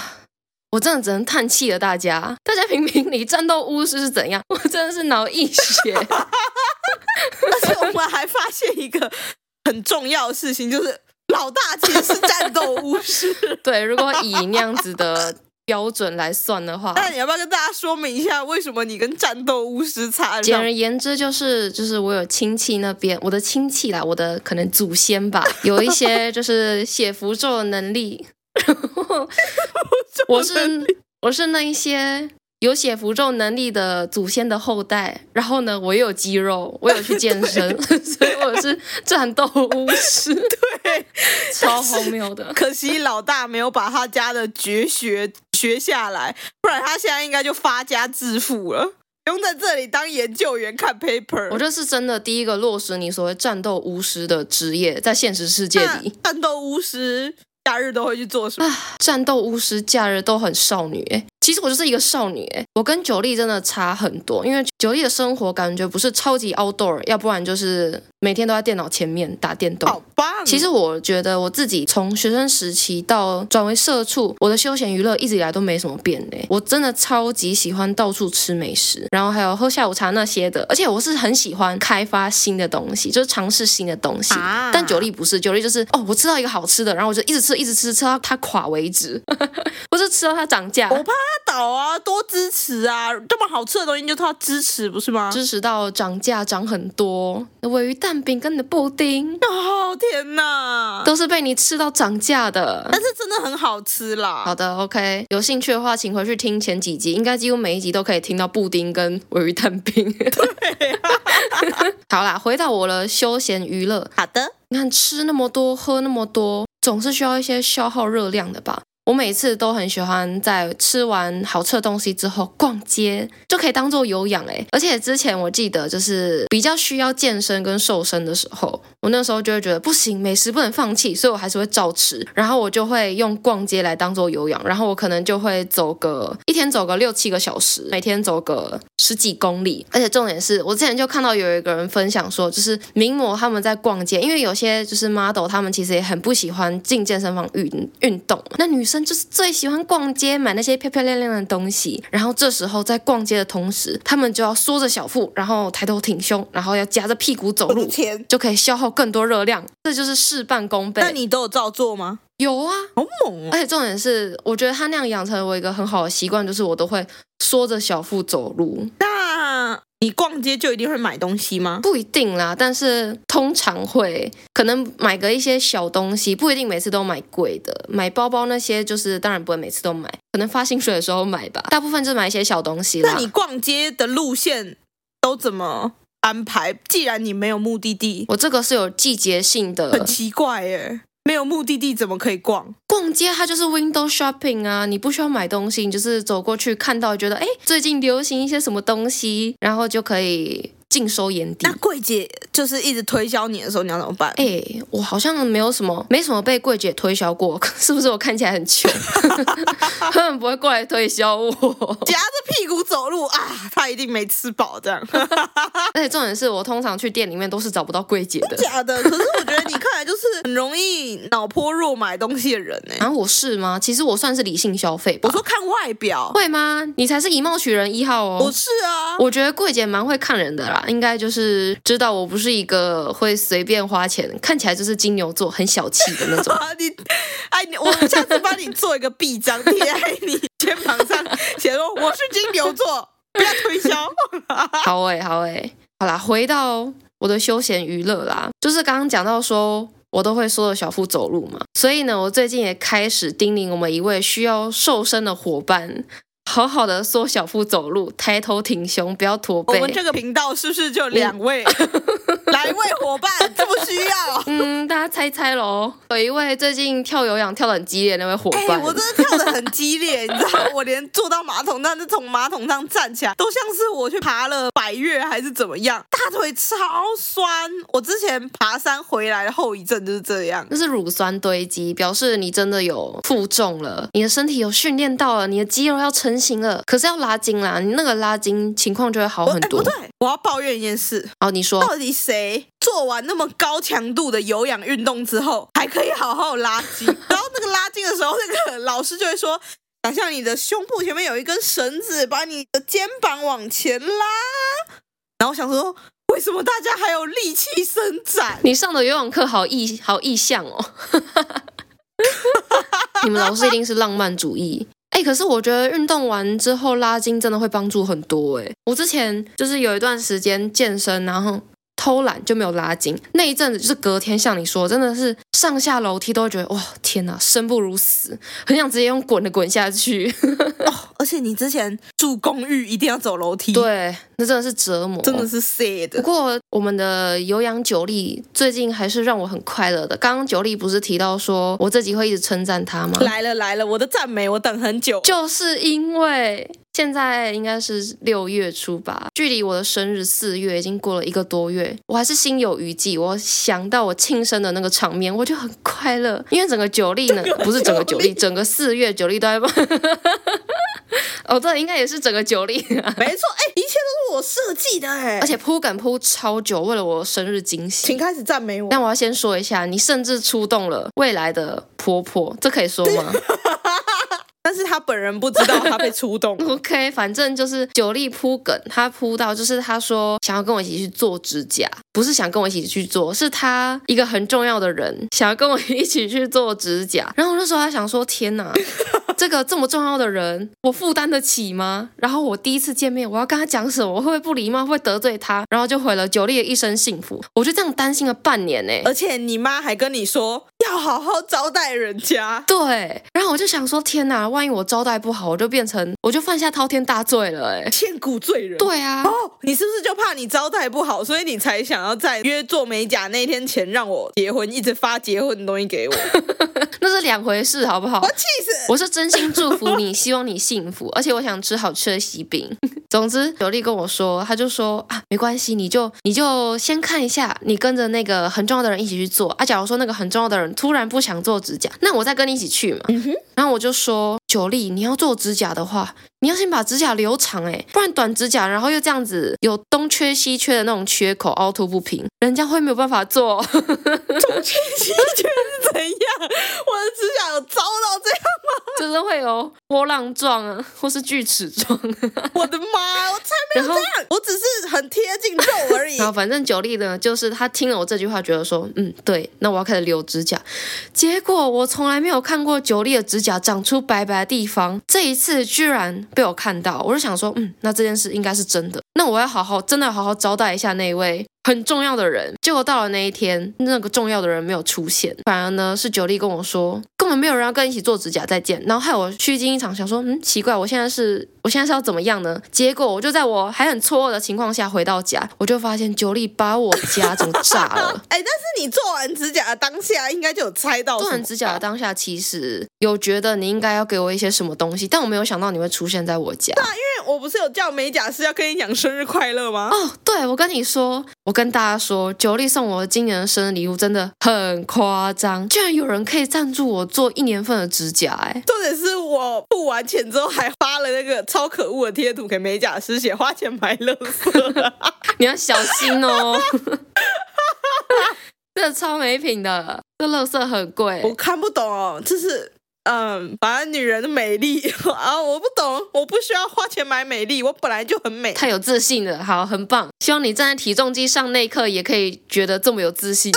[SPEAKER 1] 我真的只能叹气了，大家，大家评评理，战斗巫师是怎样？ 我真的是脑溢血。
[SPEAKER 2] 而且我们还发现一个很重要的事情，就是老大其实是战斗巫 师。
[SPEAKER 1] 对，如果以那样子的标准来算的话，
[SPEAKER 2] 那你要不要跟大家说明一下，为什么你跟战斗巫师差得
[SPEAKER 1] 简
[SPEAKER 2] 上？
[SPEAKER 1] 而言之，就是就是我有亲戚那边，我的亲戚啦，我的可能祖先吧，有一些就是 写符咒的能力。我是我是那一些有写符咒能力的祖先的后代，然后呢，我又有肌肉，我有去健 身，所以我是战斗巫师，
[SPEAKER 2] 对，
[SPEAKER 1] 超荒谬的。
[SPEAKER 2] 可惜老大没有把他家的绝学学下来，不然他现在应该就发家致富了，不用在这里当研究员看 paper。
[SPEAKER 1] 我这是真的第一个落实你所谓战斗巫师的职业，在现实世界
[SPEAKER 2] 那
[SPEAKER 1] 里，
[SPEAKER 2] 战斗巫师假日都会去做什么？
[SPEAKER 1] 战斗巫师假日都很少女、欸。其实我就是一个少女、欸，我跟九力真的差很多，因为九力的生活感觉不是超级 outdoor，要不然就是每天都在电脑前面打电动。
[SPEAKER 2] 好棒！
[SPEAKER 1] 其实我觉得我自己从学生时期到转为社畜，我的休闲娱乐一直以来都没什么变嘞、我真的超级喜欢到处吃美食，然后还有喝下午茶那些的，而且我是很喜欢开发新的东西，就是尝试新的东西。
[SPEAKER 2] 啊
[SPEAKER 1] 但九力不是，九力就是哦，我吃到一个好吃的，然后我就一直吃，一直吃，吃到它垮为止， 不是吃到它涨价。
[SPEAKER 2] 我怕他倒啊，多支持啊，这么好吃的东西就是要支持，不是吗？
[SPEAKER 1] 支持到涨价涨很多，那鲔鱼蛋饼跟你的布丁
[SPEAKER 2] 哦天哪！
[SPEAKER 1] 都是被你吃到涨价的。
[SPEAKER 2] 但是真的很好吃啦。
[SPEAKER 1] 好的，OK，有兴趣的话，请回去听前几集，应该几乎每一集都可以听到布丁跟鲔鱼蛋饼。啊 好啦，回到我的休闲娱乐，
[SPEAKER 2] 好的，
[SPEAKER 1] 你看吃那么多，喝那么多，总是需要一些消耗热量的吧？我每次都很喜欢在吃完好吃的东西之后逛街，就可以当做有氧诶、而且之前我记得就是比较需要健身跟瘦身的时候，我那时候就会觉得不行，美食不能放弃，所以我还是会照吃。然后我就会用逛街来当做有氧，然后我可能就会走个一天走个六七个小时，每天走个十几公里。而且重点是我之前就看到有一个人分享说，就是名模他们在逛街，因为有些就是 model 他们其实也很不喜欢进健身房运运动嘛，那女生就是最喜欢逛街买那些漂漂亮亮的东西，然后这时候在逛街的同时，他们就要缩着小腹，然后抬头挺胸，然后要夹着屁股走
[SPEAKER 2] 我的
[SPEAKER 1] 路。
[SPEAKER 2] 天，
[SPEAKER 1] 就可以消耗更多热量，这就是事半功倍。
[SPEAKER 2] 那你都有照做吗？
[SPEAKER 1] 有啊，
[SPEAKER 2] 好猛哦！
[SPEAKER 1] 而且重点是，我觉得他那样养成我一个很好的习惯，就是我都会缩着小腹走路，
[SPEAKER 2] 那你逛街就一定会买东西吗？
[SPEAKER 1] 不一定啦，但是通常会可能买个一些小东西，不一定每次都买贵的，买包包那些就是当然不会每次都买，可能发薪水的时候买吧，大部分就是买一些小东西啦。
[SPEAKER 2] 那你逛街的路线都怎么安排？既然你没有目的地，
[SPEAKER 1] 我这个是有季节性的，
[SPEAKER 2] 很奇怪耶，没有目的地怎么可以逛？
[SPEAKER 1] 逛街它就是 window shopping 啊，你不需要买东西，你就是走过去看到觉得哎最近流行一些什么东西，然后就可以尽收眼底
[SPEAKER 2] 那。柜姐就是一直推销你的时候，你要怎么办？
[SPEAKER 1] 哎、我好像没有什么，没什么被柜姐推销过， 是不是我看起来很穷？ 他们不会过来推销我。
[SPEAKER 2] 夹着屁股走路啊，他一定没吃饱这样。
[SPEAKER 1] 而且重点是我通常去店里面都是找不到柜姐的。
[SPEAKER 2] 假的，可是我觉得你看来就是很容易脑波弱买东西的人 呢、
[SPEAKER 1] 啊，我是吗？其实我算是理性消费吧
[SPEAKER 2] 我。说看外表，
[SPEAKER 1] 会吗？你才是以貌取人一号哦。
[SPEAKER 2] 不是啊，
[SPEAKER 1] 我觉得柜姐蛮会看人的啦，应该就是知道我不是一个会随便花钱，看起来就是金牛座很小气的那种。
[SPEAKER 2] 啊你，哎，你我下次帮你做一个臂章贴在你肩膀上，写说我是金牛座，不要推销。
[SPEAKER 1] 好诶、好诶、好啦，回到我的休闲娱乐啦，就是刚刚讲到说。我都会说着小腹走路嘛，所以呢，我最近也开始叮咛我们一位需要瘦身的伙伴，好好的缩小腹走路，抬头挺胸，不要驼
[SPEAKER 2] 我
[SPEAKER 1] 背。
[SPEAKER 2] 们这个频道是不是就
[SPEAKER 1] 嗯
[SPEAKER 2] 两 位？来一位伙伴，这么需要。
[SPEAKER 1] 嗯，大家猜猜喽，有一位最近跳有氧跳得很激烈的那位伙
[SPEAKER 2] 哎、
[SPEAKER 1] 伴，
[SPEAKER 2] 我真的跳得很激烈，你知道，我连坐到马桶上，就从马桶上站起来，都像是我去爬了百越还是怎么样，大腿超酸。我之前爬山回来的后遗症就是这样。
[SPEAKER 1] 那是乳酸堆积，表示你真的有负重了，你的身体有训练到了，你的肌肉要成型了。可是要拉筋啦，你那个拉筋情况就会好
[SPEAKER 2] 我
[SPEAKER 1] 哦很
[SPEAKER 2] 哎、
[SPEAKER 1] 多。
[SPEAKER 2] 不对，我要抱怨一件事，
[SPEAKER 1] 好，哦你说
[SPEAKER 2] 到底谁做完那么高强度的有氧运动之后，还可以好好拉 筋？然后那个拉筋的时候，那个老师就会说。 想象你的胸部前面有一根绳子，把你的肩膀往前拉。然后想说，为什么大家还有力气 伸展？
[SPEAKER 1] 你上的游泳课好意好意向哦， 你们老师一定是浪漫主义。哎、可是我觉得运动完之后拉筋真的会帮助很多哎、我之前就是有一段时间健身，然后偷懒就没有拉筋，那一阵子就是隔天像你说，真的是上下楼梯都会觉得哇天哪，生不如死，很想直接用滚的滚下去。
[SPEAKER 2] 哦而且你之前住公寓一定要走楼梯，，
[SPEAKER 1] 对，那真的是折磨，
[SPEAKER 2] 真的是 sad
[SPEAKER 1] 不。过我们的有氧九力最近还是让我很快乐的。刚刚九力不是提到说我这集会一直称赞他吗？
[SPEAKER 2] 来了来了，我的赞美我等很久。
[SPEAKER 1] 就是因为现在应该是六月初吧，距离我的生日四月已经过了一个多月，我还是心有余悸。我想到我庆生的那个场面，我就很快乐，因为整个九力呢，不是整个九力，整个四月九力都在 帮。哦，对，应该也是整个九力、 啊，
[SPEAKER 2] 没错，哎、一切都是我设计的哎、
[SPEAKER 1] 而且铺梗铺超久，为了我生日惊喜。
[SPEAKER 2] 请开始赞美我。
[SPEAKER 1] 但我要先说一下，你甚至出动了未来的婆婆，这可以说吗
[SPEAKER 2] 但是他本人不知道他被触动
[SPEAKER 1] ？OK，反正就是九力铺梗，她铺到就是她说想要跟我一起去做指甲，不是想跟我一起去做，是她一个很重要的人想要跟我一起去做指甲。然后我那时候还想说，天哪，这个这么重要的人，我负担得起吗？然后我第一次见面，我要跟他讲什么？我会不会不礼貌？会不会得罪他？然后就毁了九力的一生幸福。我就这样担心了半年呢、欸
[SPEAKER 2] 而且你妈还跟你说要好好招待人家，
[SPEAKER 1] 对，然后我就想说，天哪，万一我招待不好，我就变成我就犯下滔天大罪了，哎，
[SPEAKER 2] 千古罪人。
[SPEAKER 1] 对啊，
[SPEAKER 2] 哦，你是不是就怕你招待不好，所以你才想要在约做美甲那天前让我结婚，一直发结婚的东西给我？ 我
[SPEAKER 1] 那是两回事，好不好？
[SPEAKER 2] 气 死！
[SPEAKER 1] 我是真心祝福你，希望你幸福， 而且我想吃好吃的喜饼。 总之，九力跟我说，他就说啊，没关系，你就你就先看一下，你跟着那个很重要的人一起去做啊。假如说那个很重要的人突然不想做指甲，那我再跟你一起去嘛。
[SPEAKER 2] 嗯
[SPEAKER 1] 然后我就说，九力，你要做指甲的话，你要先把指甲留长哎、不然短指甲，然后又这样子有东缺西缺的那种缺口，凹凸不平，人家会没有办法做。
[SPEAKER 2] 中间西缺是怎样？我的指甲有遭到这样，
[SPEAKER 1] 就是会有波浪状啊，或是锯齿状、啊
[SPEAKER 2] 我的妈！我才没
[SPEAKER 1] 然
[SPEAKER 2] 有
[SPEAKER 1] 后
[SPEAKER 2] 这样，我只是很贴近肉 而已
[SPEAKER 1] 然。后反正九力呢，就是他听了我这句话，觉得说，嗯，对，那我要开始留指甲。结果我从来没有看过九力的指甲长出白白的地方，这一次居然被我看到，我就想说，嗯，那这件事应该是真的，那我要好好，真的好好招待一下那一位。很重要的人，结果到了那一天，那个重要的人没有出现，反而呢是九力跟我说，根本没有人要跟你一起做指甲，再见。然后害我虚惊一场，想说，嗯，奇怪，我现在是，我现在是要怎么样呢？结果我就在我还很错愕的情况下回到家，我就发现九力把我家整个炸了。
[SPEAKER 2] 哎、但是你做完指甲的当下，应该就有猜到
[SPEAKER 1] 做
[SPEAKER 2] 什
[SPEAKER 1] 完
[SPEAKER 2] 么
[SPEAKER 1] 指甲的当下，其实有觉得你应该要给我一些什么东西，但我没有想到你会出现在我家。
[SPEAKER 2] 我不是有叫美甲师要跟你讲生日快乐吗？
[SPEAKER 1] 哦，对，我跟你说，我跟大家说，九力送我今年的生日礼物真的很夸张，居然有人可以赞助我做一年份的指甲、哎，
[SPEAKER 2] 重点是我付完钱之后还发了那个超可恶的贴图给美甲师，写花钱买乐 色。
[SPEAKER 1] 你要小心哦， 这超没品的，这垃圾很
[SPEAKER 2] 我
[SPEAKER 1] 贵。
[SPEAKER 2] 看不懂哦，就是嗯，反正女人的美丽啊，我不懂，我不需要花钱买美丽，我本来就很美。
[SPEAKER 1] 太有自信了，好，很棒。希望你站在体重机上那一刻，也可以觉得这么有自信。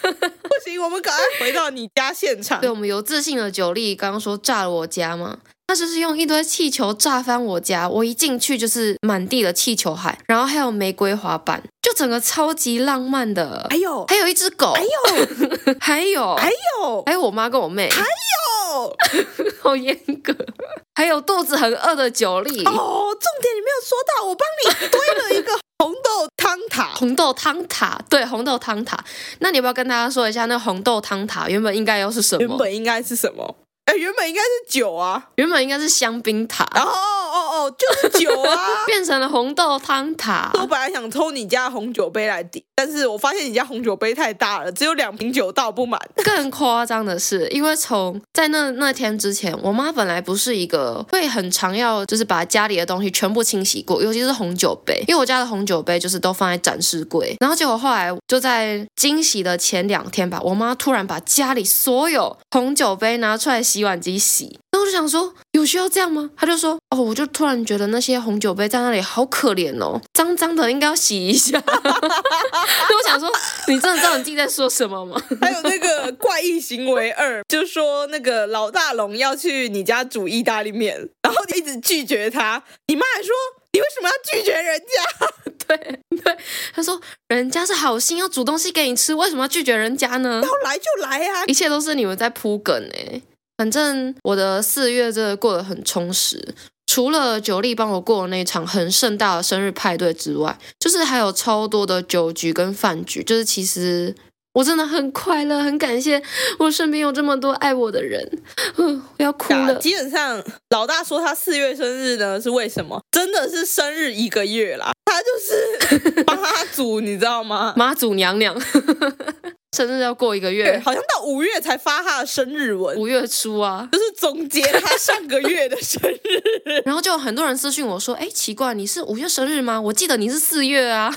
[SPEAKER 2] 不行，我们赶快回到你家现场
[SPEAKER 1] 对。我们有自信的九力，刚刚说炸了我家嘛，他就是用一堆气球炸翻我家，我一进去就是满地的气球海，然后还有玫瑰花瓣，就整个超级浪漫的。
[SPEAKER 2] 还有，
[SPEAKER 1] 还有一只狗，
[SPEAKER 2] 还有，
[SPEAKER 1] 还有
[SPEAKER 2] 还有，
[SPEAKER 1] 还有我妈跟我
[SPEAKER 2] 哎
[SPEAKER 1] 妹，
[SPEAKER 2] 哦
[SPEAKER 1] 好严格。还有肚子很饿的九力，
[SPEAKER 2] 哦，重点你没有说到，我帮你堆了一个红豆汤塔。
[SPEAKER 1] 红豆汤塔，对，红豆汤塔。那你要不要跟大家说一下，那红豆汤塔原本应该又是什么？
[SPEAKER 2] 原本应该是什么？哎，原本应该是酒啊。
[SPEAKER 1] 原本应该是香槟塔，
[SPEAKER 2] 哦哦哦，就是酒啊
[SPEAKER 1] 。变成了红豆汤塔。
[SPEAKER 2] 我本来想偷你家的红酒杯来抵，但是我发现你家红酒杯太大了，只有两瓶酒倒不满。
[SPEAKER 1] 更夸张的是，因为从在那那天之前，我妈本来不是一个会很常要就是把家里的东西全部清洗过，尤其是红酒杯，因为我家的红酒杯就是都放在展示柜。然后结果后来就在惊喜的前两天吧，我妈突然把家里所有红酒杯拿出来洗碗机洗。然后我就想说，有需要这样吗？她就说，哦，我就突然觉得那些红酒杯在那里好可怜哦，脏脏的，应该要洗一下。 所以我想说，你真的知道你自己在说什么吗？
[SPEAKER 2] 还有那个怪异行为二，就是说那个老大龙要去你家煮意大利面，然后你一直拒绝他，你妈还说你为什么要拒绝人家？
[SPEAKER 1] 对对，他说人家是好心要煮东西给你吃，为什么要拒绝人家呢？
[SPEAKER 2] 要来就来 啊！
[SPEAKER 1] 一切都是你们在铺梗哎、反正我的四月真的过得很充实，除了九力帮我过的那场很盛大的生日派对之外，就是还有超多的酒局跟饭局，就是其实。我真的很快乐，很感谢我身边有这么多爱我的人， 嗯，我要哭了。
[SPEAKER 2] 基本上老大说他四月生日呢是为什么？真的是生日一个月啦，他就是帮他煮，你知 道吗？
[SPEAKER 1] 妈祖娘娘，生日要过一个
[SPEAKER 2] 对，
[SPEAKER 1] 月，
[SPEAKER 2] 好像到五月才发他的生日文，
[SPEAKER 1] 五月初啊，
[SPEAKER 2] 就是总结他上个月的生 日。
[SPEAKER 1] 然后就有很多人私讯我说：“哎，奇怪，你是五月生日吗？我记得你是四月啊，，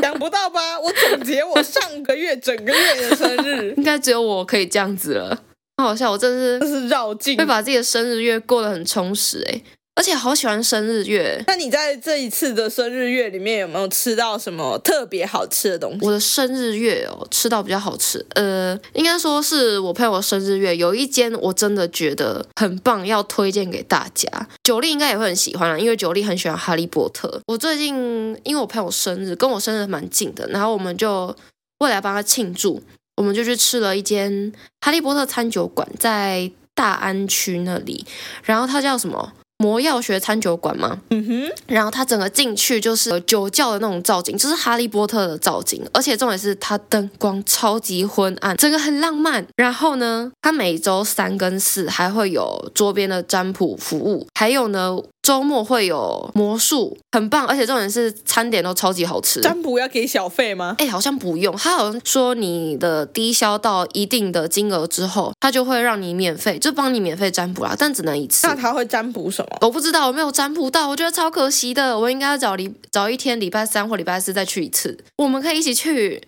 [SPEAKER 2] 想不到吧？我总结我上个月整个月的生日
[SPEAKER 1] 应该只有我可以这样子了。”好好笑，我真
[SPEAKER 2] 这
[SPEAKER 1] 是
[SPEAKER 2] 是绕境
[SPEAKER 1] 会。把自己的生日月过得很充实哎、而且好喜欢生日月。
[SPEAKER 2] 那你在这一次的生日月里面有没有吃到什么特别好吃的东西？
[SPEAKER 1] 我的生日月哦，吃到比较好吃，呃，应该说是我朋友的生日月，有一间我真的觉得很棒，要推荐给大家。九力应该也会很喜欢啦，啊因为九力很喜欢哈利波特。我最近因为我朋友生日，跟我生日蛮近的，然后我们就为了帮他庆祝，我们就去吃了一间哈利波特餐酒馆，在大安区那里，然后它叫什么？魔药学餐酒馆吗？
[SPEAKER 2] 嗯哼，
[SPEAKER 1] 然后它整个进去就是呃酒窖的那种造景，就是哈利波特的造景，而且重点是它灯光超级昏暗，整个很浪漫。然后呢，它每周三跟四还会有桌边的占卜服务，还有呢周末会有魔术，很棒，而且重点是餐点都超级好吃。
[SPEAKER 2] 占卜要给小费吗？
[SPEAKER 1] 哎、好像不用，他好像说你的低消到一定的金额之后，他就会让你免费，就帮你免费占卜啦，但只能一次。
[SPEAKER 2] 那他会占卜什么？
[SPEAKER 1] 我不知道，我没有占卜到，我觉得超可惜的。我应该要找礼找一天，礼拜三或礼拜四再去一次，我们可以一起去。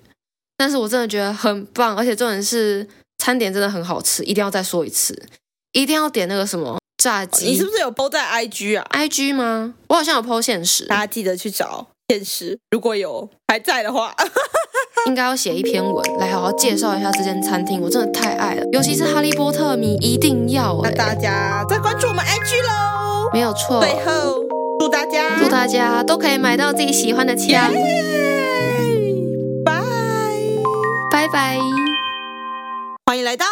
[SPEAKER 1] 但是我真的觉得很棒，而且重点是餐点真的很好吃，一定要再说一次，一定要点那个什么炸鸡。
[SPEAKER 2] 哦你是不是有包在 IG 啊？
[SPEAKER 1] I G 吗？我好像有 PO 现实，
[SPEAKER 2] 大家记得去找现实，如果有还在的 话。
[SPEAKER 1] 应该要写一篇文来好好介绍一下这间餐厅，我真的太爱了，尤其是哈利波特迷一定要
[SPEAKER 2] 那
[SPEAKER 1] 哎、
[SPEAKER 2] 大家再关注我们 IG 喽。
[SPEAKER 1] 没有错。
[SPEAKER 2] 最后，祝大家，
[SPEAKER 1] 祝大家都可以买到自己喜欢的 枪，
[SPEAKER 2] 耶，拜！
[SPEAKER 1] 拜拜。
[SPEAKER 2] 欢迎来到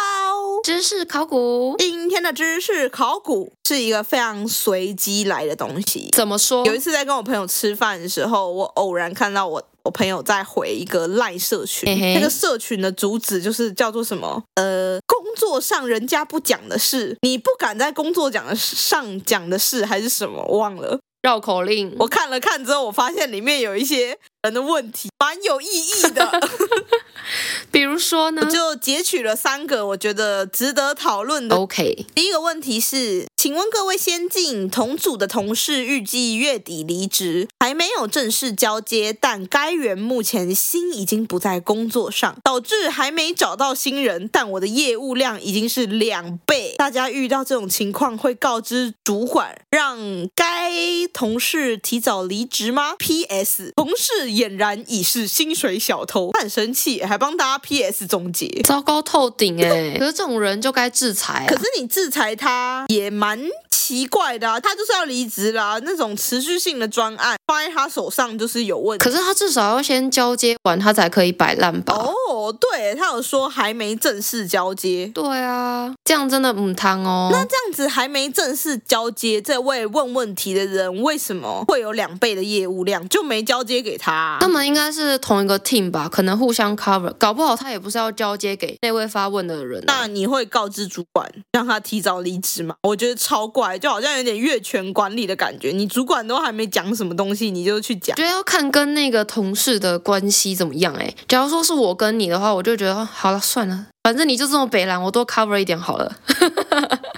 [SPEAKER 1] 知识考古
[SPEAKER 2] 今天的知识考古，是一个非常随机来的东西。
[SPEAKER 1] 怎么说？
[SPEAKER 2] 有一次在跟我朋友吃饭的时候，我偶然看到我。我朋友在回一个赖社群，
[SPEAKER 1] 嘿嘿
[SPEAKER 2] 那个社群的主旨就是叫做什么？呃，工作上人家不讲的事，你不敢在工作讲的事上讲的事，还是什么？我忘了。
[SPEAKER 1] 绕口令，
[SPEAKER 2] 我看了看之后，我发现里面有一些人的问题，蛮有意义的。
[SPEAKER 1] 比如说呢
[SPEAKER 2] 我就截取了三个我觉得值得讨论的
[SPEAKER 1] ，OK，
[SPEAKER 2] 第一个问题是，请问各位先进同组的同事预计月底离职，还没有正式交接，但该人目前心已经不在工作上，导致还没找到新人，但我的业务量已经是两倍。大家遇到这种情况会告知主管，让该同事提早离职吗？P.S. 同事俨然已是薪水小偷，他很生气，还帮大家 P.S. 总结。
[SPEAKER 1] 糟糕透顶 哎、可是这种人就该制裁
[SPEAKER 2] 可
[SPEAKER 1] 啊
[SPEAKER 2] 是。你制裁他也蛮奇怪的啊，他就是要离职啦。那种持续性的专案放在他手上就是有问题
[SPEAKER 1] 可。是他至少要先交接完，他才可以摆烂吧？
[SPEAKER 2] 哦，对，他有说还没正式交接。
[SPEAKER 1] 对啊，这样真的母汤哦。
[SPEAKER 2] 那这样子还没正式交接，这位问问题的人为什么会有两倍的业务量，就没交接给他啊、
[SPEAKER 1] 他们应该是同一个 team 吧，可能互相 cover，搞不好他也不是要交接给那位发问的人、啊。
[SPEAKER 2] 那你会告知主管让他提早离职吗？我觉得超怪，就好像有点越权管理的感觉。你主管都还没讲什么东西，你就去讲
[SPEAKER 1] 我。觉得要看跟那个同事的关系怎么样哎、假如说是我跟你的话，我就觉得哦好了算了，反正你就这么北蓝，我多 cover 一点好了。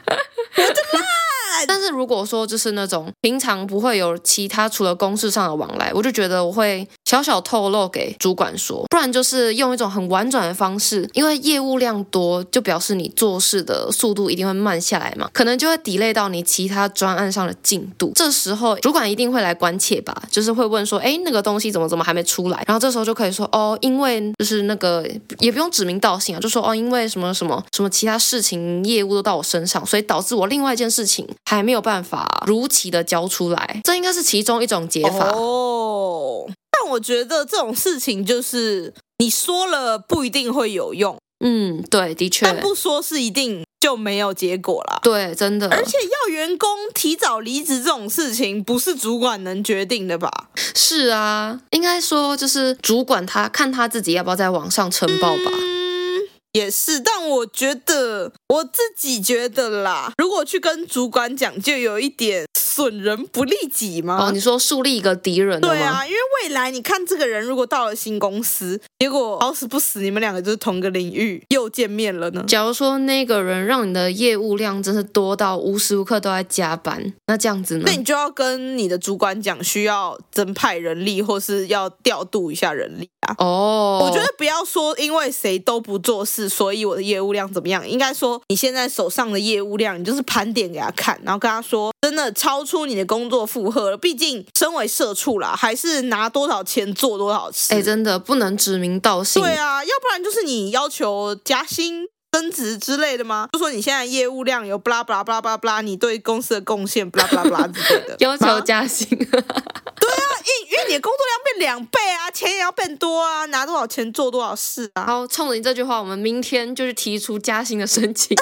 [SPEAKER 1] 但是如果说就是那种平常不会有其他除了公事上的往来，我就觉得我会小小透露给主管说，不然就是用一种很婉转的方式，因为业务量多，就表示你做事的速度一定会慢下来嘛，可能就会 delay 到你其他专案上的进度。这时候主管一定会来关切吧，就是会问说，哎，那个东西怎么怎么还没出来？然后这时候就可以说，哦，因为就是那个也不用指名道姓啊，就说哦，因为什么什么什么其他事情业务都到我身上，所以导致我另外一件事情还没有办法如期的交出来，这应该是其中一种解法。
[SPEAKER 2] 哦，但我觉得这种事情就是你说了不一定会有用，
[SPEAKER 1] 嗯，对，的确
[SPEAKER 2] 但，不说是一定就没有结果啦。
[SPEAKER 1] 对，真的，
[SPEAKER 2] 而且要员工提早离职这种事情，不是主管能决定的吧？
[SPEAKER 1] 是啊，应该说就是主管他看他自己要不要再往上撑爆吧。
[SPEAKER 2] 嗯，也是，但我觉得我自己觉得啦，如果去跟主管讲，就有一点损人不利己嘛。
[SPEAKER 1] 哦，你说树立一个敌人了
[SPEAKER 2] 对
[SPEAKER 1] 吗？
[SPEAKER 2] 啊，因为未来你看这个人如果到了新公司，结果好死不死你们两个就是同个领域，又见面了呢。
[SPEAKER 1] 假如说那个人让你的业务量真是多到无时无刻都在加班，那这样子呢
[SPEAKER 2] 那？你就要跟你的主管讲，需要增派人力，或是要调度一下人力啊。
[SPEAKER 1] 哦，
[SPEAKER 2] 我觉得不要说因为谁都不做事，所以我的业务量怎么样，应该说你现在手上的业务量，你就是盘点给他看，然后跟他说，真的超出你的工作负荷了。毕竟身为社畜啦，还是拿多少钱做多少事。
[SPEAKER 1] 哎、真的不能指名道姓。，
[SPEAKER 2] 对啊，要不然就是你要求加薪、升职之类的吗？就说你现在业务量有布拉布拉布拉布拉布拉，你对公司的贡献布拉布拉布拉之类的
[SPEAKER 1] 要求
[SPEAKER 2] 吗
[SPEAKER 1] 加薪，
[SPEAKER 2] 因因为你的工作量变两倍啊，钱也要变多啊，拿多少钱做多少事啊。
[SPEAKER 1] 好，冲着你这句话，我们明天就去提出加薪的申请。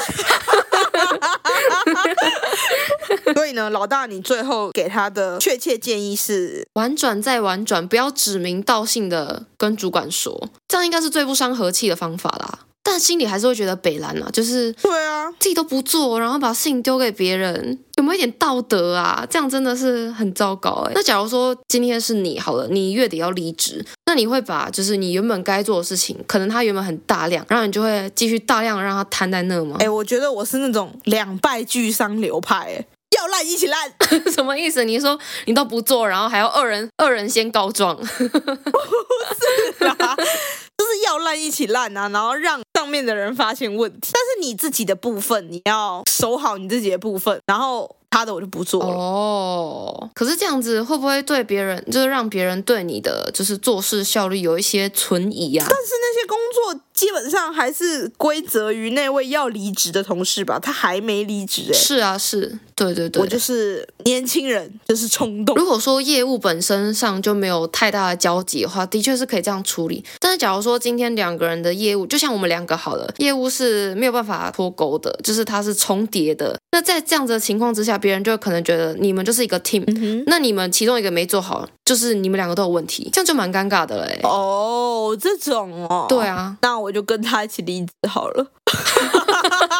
[SPEAKER 2] 所以呢，老大，你最后给他的确切建议是，
[SPEAKER 1] 婉转再婉转，不要指名道姓的跟主管说，这样应该是最不伤和气的方法啦。但心里还是会觉得北兰啊，就是
[SPEAKER 2] 对啊，
[SPEAKER 1] 自己都不做，然后把事情丢给别人，有没有一点道德啊？这样真的是很糟糕哎、那假如说今天是你好了，你月底要离职，那你会把就是你原本该做的事情，可能它原本很大量，然后你就会继续大量让它摊在那吗
[SPEAKER 2] 哎、？我觉得我是那种两败俱伤流派、哎，要烂一起烂，
[SPEAKER 1] 什么意思？你说你都不做，然后还要二人二人先 告状？
[SPEAKER 2] 就是要烂一起烂啊，然后让上面的人发现问题。但是你自己的部分，你要守好你自己的部分，然后他的我就不做了。
[SPEAKER 1] 哦，可是这样子会不会对别人，就是让别人对你的就是做事效率有一些存疑啊？
[SPEAKER 2] 但是那些工作基本上还是归责于那位要离职的同事吧，他还没离职哎、
[SPEAKER 1] 是啊，是，对对对。
[SPEAKER 2] 我就是年轻人，就是冲动。
[SPEAKER 1] 如果说业务本身上就没有太大的交集的话，的确是可以这样处理。但是假如说今天两个人的业务，就像我们两个好了，业务是没有办法脱钩的，就是它是重叠的。那在这样子的情况之下，别人就可能觉得你们就是一个 team，、那你们其中一个没做好，就是你们两个都有问题，这样就蛮尴尬的嘞。
[SPEAKER 2] 哦，这种哦，
[SPEAKER 1] 对，啊，
[SPEAKER 2] 那我就跟他一起离职好了。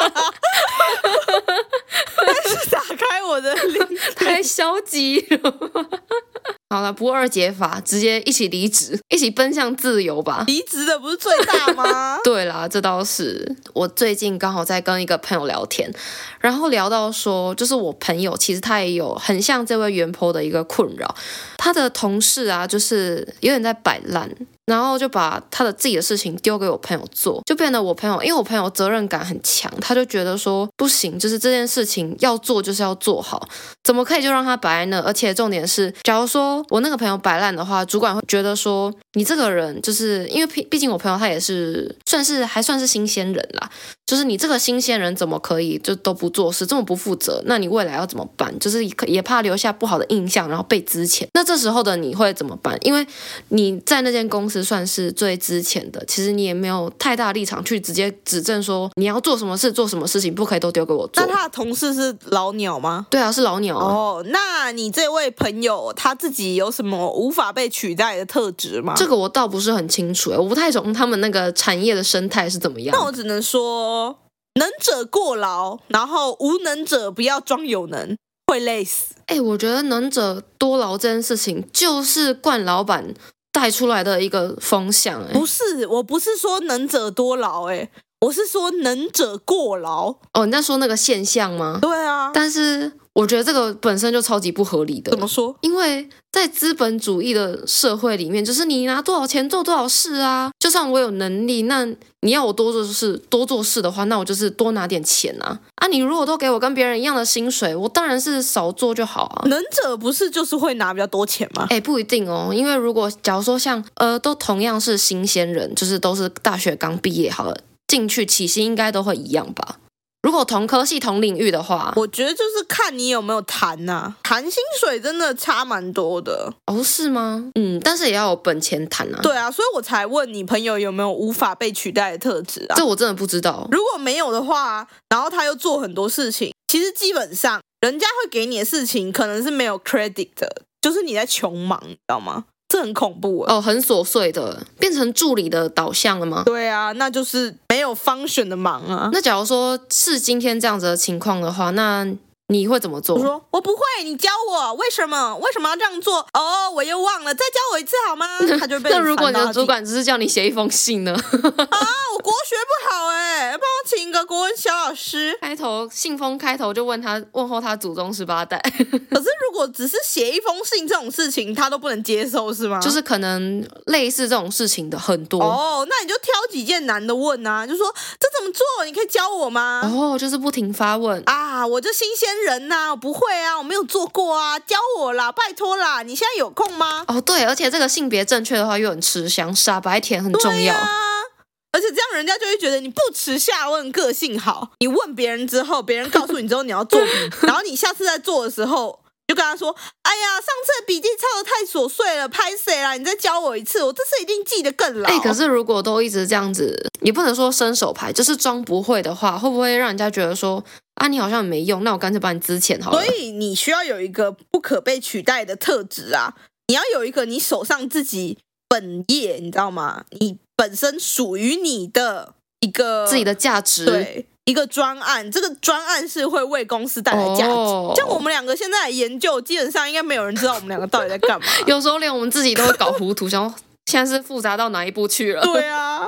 [SPEAKER 2] 但是打开 我的离
[SPEAKER 1] 太消极了。 好了，不二解法，直接一起离职，一起奔向自由吧。？
[SPEAKER 2] 离职的不是最大吗
[SPEAKER 1] 对啦，这倒是。我最近刚好在跟一个朋友聊天，然后聊到说，就是我朋友其实他也有很像这位原 po 的一个困扰，他的同事啊，就是有点在摆烂。然后就把他的自己的事情丢给我朋友做，就变得我朋友，因为我朋友责任感很强，他就觉得说不行，就是这件事情要做就是要做好，怎么可以就让他摆烂呢？而且重点是，假如说我那个朋友摆烂的话，主管会觉得说你这个人就是因为毕毕竟我朋友他也是算是还算是新鲜人啦，就是你这个新鲜人怎么可以就都不做事，这么不负责？那你未来要怎么办？就是也可也怕留下不好的印象，然后被资遣。那这时候的你会怎么办？因为你在那间公司算是最资遣的，其实你也没有太大立场去直接指正说你要做什么事、做什么事情，不可以都丢给我做
[SPEAKER 2] 那。他的同事是老鸟吗？
[SPEAKER 1] 对啊，是老鸟啊、
[SPEAKER 2] 哦，那你这位朋友他自己有什么无法被取代的特质吗？
[SPEAKER 1] 这个我倒不是很清楚、欸，我不太懂他们那个产业的生态是怎么样
[SPEAKER 2] 那。我只能说，能者过劳，然后无能者不要装有能，会累死。
[SPEAKER 1] 哎、我觉得能者多劳这件事情，就是冠老板带出来的一个风向、欸。
[SPEAKER 2] 不是，我不是说能者多劳、欸，我是说能者过劳。
[SPEAKER 1] 哦，你在说那个现象吗？
[SPEAKER 2] 对啊，
[SPEAKER 1] 但是我觉得这个本身就超级不合理的
[SPEAKER 2] 怎。么说？
[SPEAKER 1] 因为在资本主义的社会里面，就是你拿多少钱做多少事啊。就算我有能力，那你要我多做事多做事的话，那我就是多拿点钱啊。啊，你如果都给我跟别人一样的薪水，我当然是少做就好啊。
[SPEAKER 2] 能者不是就是会拿比较多钱吗？
[SPEAKER 1] 哎、不一定哦，因为如果假如说像呃，都同样是新鲜人，就是都是大学刚毕业好了，进去起薪应该都会一样吧？如果同科系同领域的话，
[SPEAKER 2] 我觉得就是看你有没有谈呐、谈薪水真的差蛮多的。
[SPEAKER 1] 哦，是吗？嗯，但是也要有本钱谈 啊。，
[SPEAKER 2] 对啊，所以我才问你朋友有没有无法被取代的特质啊？
[SPEAKER 1] 这我真的不知道。
[SPEAKER 2] 如果没有的话，然后他又做很多事情，其实基本上人家会给你的事情可能是没有 credit 的，就是你在穷忙，你知道吗？这很恐怖啊！
[SPEAKER 1] 哦，很琐碎的，变成助理的导向了吗？
[SPEAKER 2] 对啊，那就是没有方选的忙啊。
[SPEAKER 1] 那假如说是今天这样子的情况的话，那你会怎么
[SPEAKER 2] 我
[SPEAKER 1] 做？
[SPEAKER 2] 说我不会，你教我为什么？为什么要这样做？哦，我又忘了，再教我一次好吗？他就 被
[SPEAKER 1] 那如果你
[SPEAKER 2] 烦
[SPEAKER 1] 的
[SPEAKER 2] 到
[SPEAKER 1] 主
[SPEAKER 2] 底
[SPEAKER 1] 管只是叫你写一封信呢？
[SPEAKER 2] 啊，我国学不好哎、帮我请一个国文小老师。
[SPEAKER 1] 开头信封开头就问他问候他祖宗十八代。
[SPEAKER 2] 可是如果只是写一封信这种事情，他都不能接受是吗？
[SPEAKER 1] 就是可能类似这种事情的很多。
[SPEAKER 2] 啊哦，那你就挑几件难的问啊，就说这怎么做？你可以教我吗？
[SPEAKER 1] 哦就是不停发问。
[SPEAKER 2] 啊，我这新鲜人呐、我不会啊，我没有做过啊，教我啦，拜托啦！你现在有空吗？
[SPEAKER 1] 哦，对，而且这个性别正确的话又很吃香，傻白甜很重
[SPEAKER 2] 对
[SPEAKER 1] 要。
[SPEAKER 2] 啊，而且这样人家就会觉得你不耻下问，个性好。你问别人之后，别人告诉你之后你要做笔， 然后你下次再做的时候。就跟他说：“哎呀，上次的笔记抄的太琐碎了，拍谁啦？你再教我一次，我这次一定记得更牢。
[SPEAKER 1] 哎、可是如果都一直这样子，也不能说伸手牌，就是装不会的话，会不会让人家觉得说啊，你好像没用，那我干脆把你资遣好了
[SPEAKER 2] 所？以你需要有一个不可被取代的特质啊！你要有一个你手上自己本业，你知道吗？你本身属于你的一个
[SPEAKER 1] 自己的价值，
[SPEAKER 2] 对一个专案，这个专案是会为公司带来价值。
[SPEAKER 1] 哦
[SPEAKER 2] 像我们两个现在研究，基本上应该没有人知道我们两个到底在干嘛。
[SPEAKER 1] 有时候连我们自己都会搞糊涂，想说现在是复杂到哪一步去了？
[SPEAKER 2] 对啊，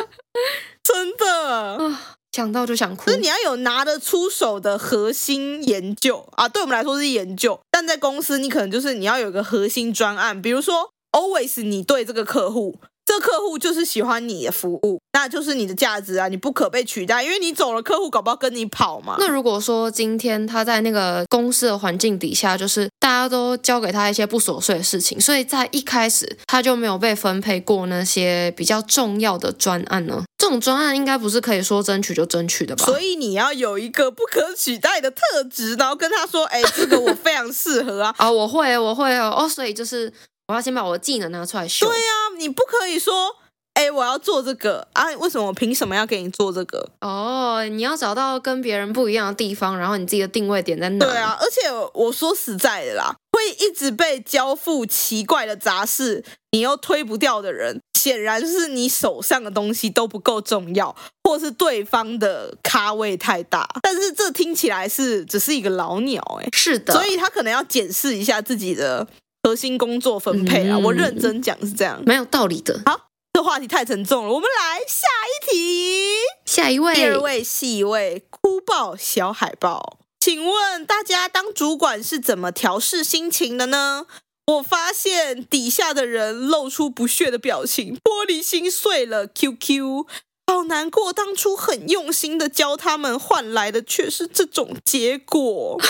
[SPEAKER 2] 真的。
[SPEAKER 1] 想到就想哭
[SPEAKER 2] 就是。你要有拿得出手的核心研究啊，对我们来说是研究，但在公司你可能就是你要有一个核心专案，比如说 always 你对这个客户，这这客户就是喜欢你的服务，那就是你的价值啊，你不可被取代，因为你走了，客户搞不好跟你跑嘛。
[SPEAKER 1] 那如果说今天他在那个公司的环境底下，就是大家都交给他一些不琐碎的事情，所以在一开始他就没有被分配过那些比较重要的专案呢？这种专案应该不是可以说争取就争取的吧？
[SPEAKER 2] 所以你要有一个不可取代的特质，然后跟他说：“哎，这个我非常适合啊。
[SPEAKER 1] 啊、我会，我会哦，哦，所以就是我要先把我的技能拿出来秀。
[SPEAKER 2] 对啊”你不可以说：“哎，我要做这个啊，为什么我凭什么要给你做这个
[SPEAKER 1] 哦，你要找到跟别人不一样的地方，然后你自己的定位点在？”哪？
[SPEAKER 2] 对啊，而且我说实在的啦，会一直被交付奇怪的杂事，你又推不掉的人，显然是你手上的东西都不够重要，或是对方的咖位太大。但是这听起来是只是一个老鸟哎、
[SPEAKER 1] 是的，
[SPEAKER 2] 所以他可能要检视一下自己的核心工作分配啊。
[SPEAKER 1] 嗯
[SPEAKER 2] 我认真讲是这样，
[SPEAKER 1] 没有道理的。
[SPEAKER 2] 这话题太沉重了，我们来下一题。
[SPEAKER 1] 下一位，
[SPEAKER 2] 第二位是一位哭爆小海豹，请问大家当主管是怎么调试心情的呢？我发现底下的人露出不屑的表情，玻璃心碎了。QQ，好难过，当初很用心的教他们，换来的却是这种结 果。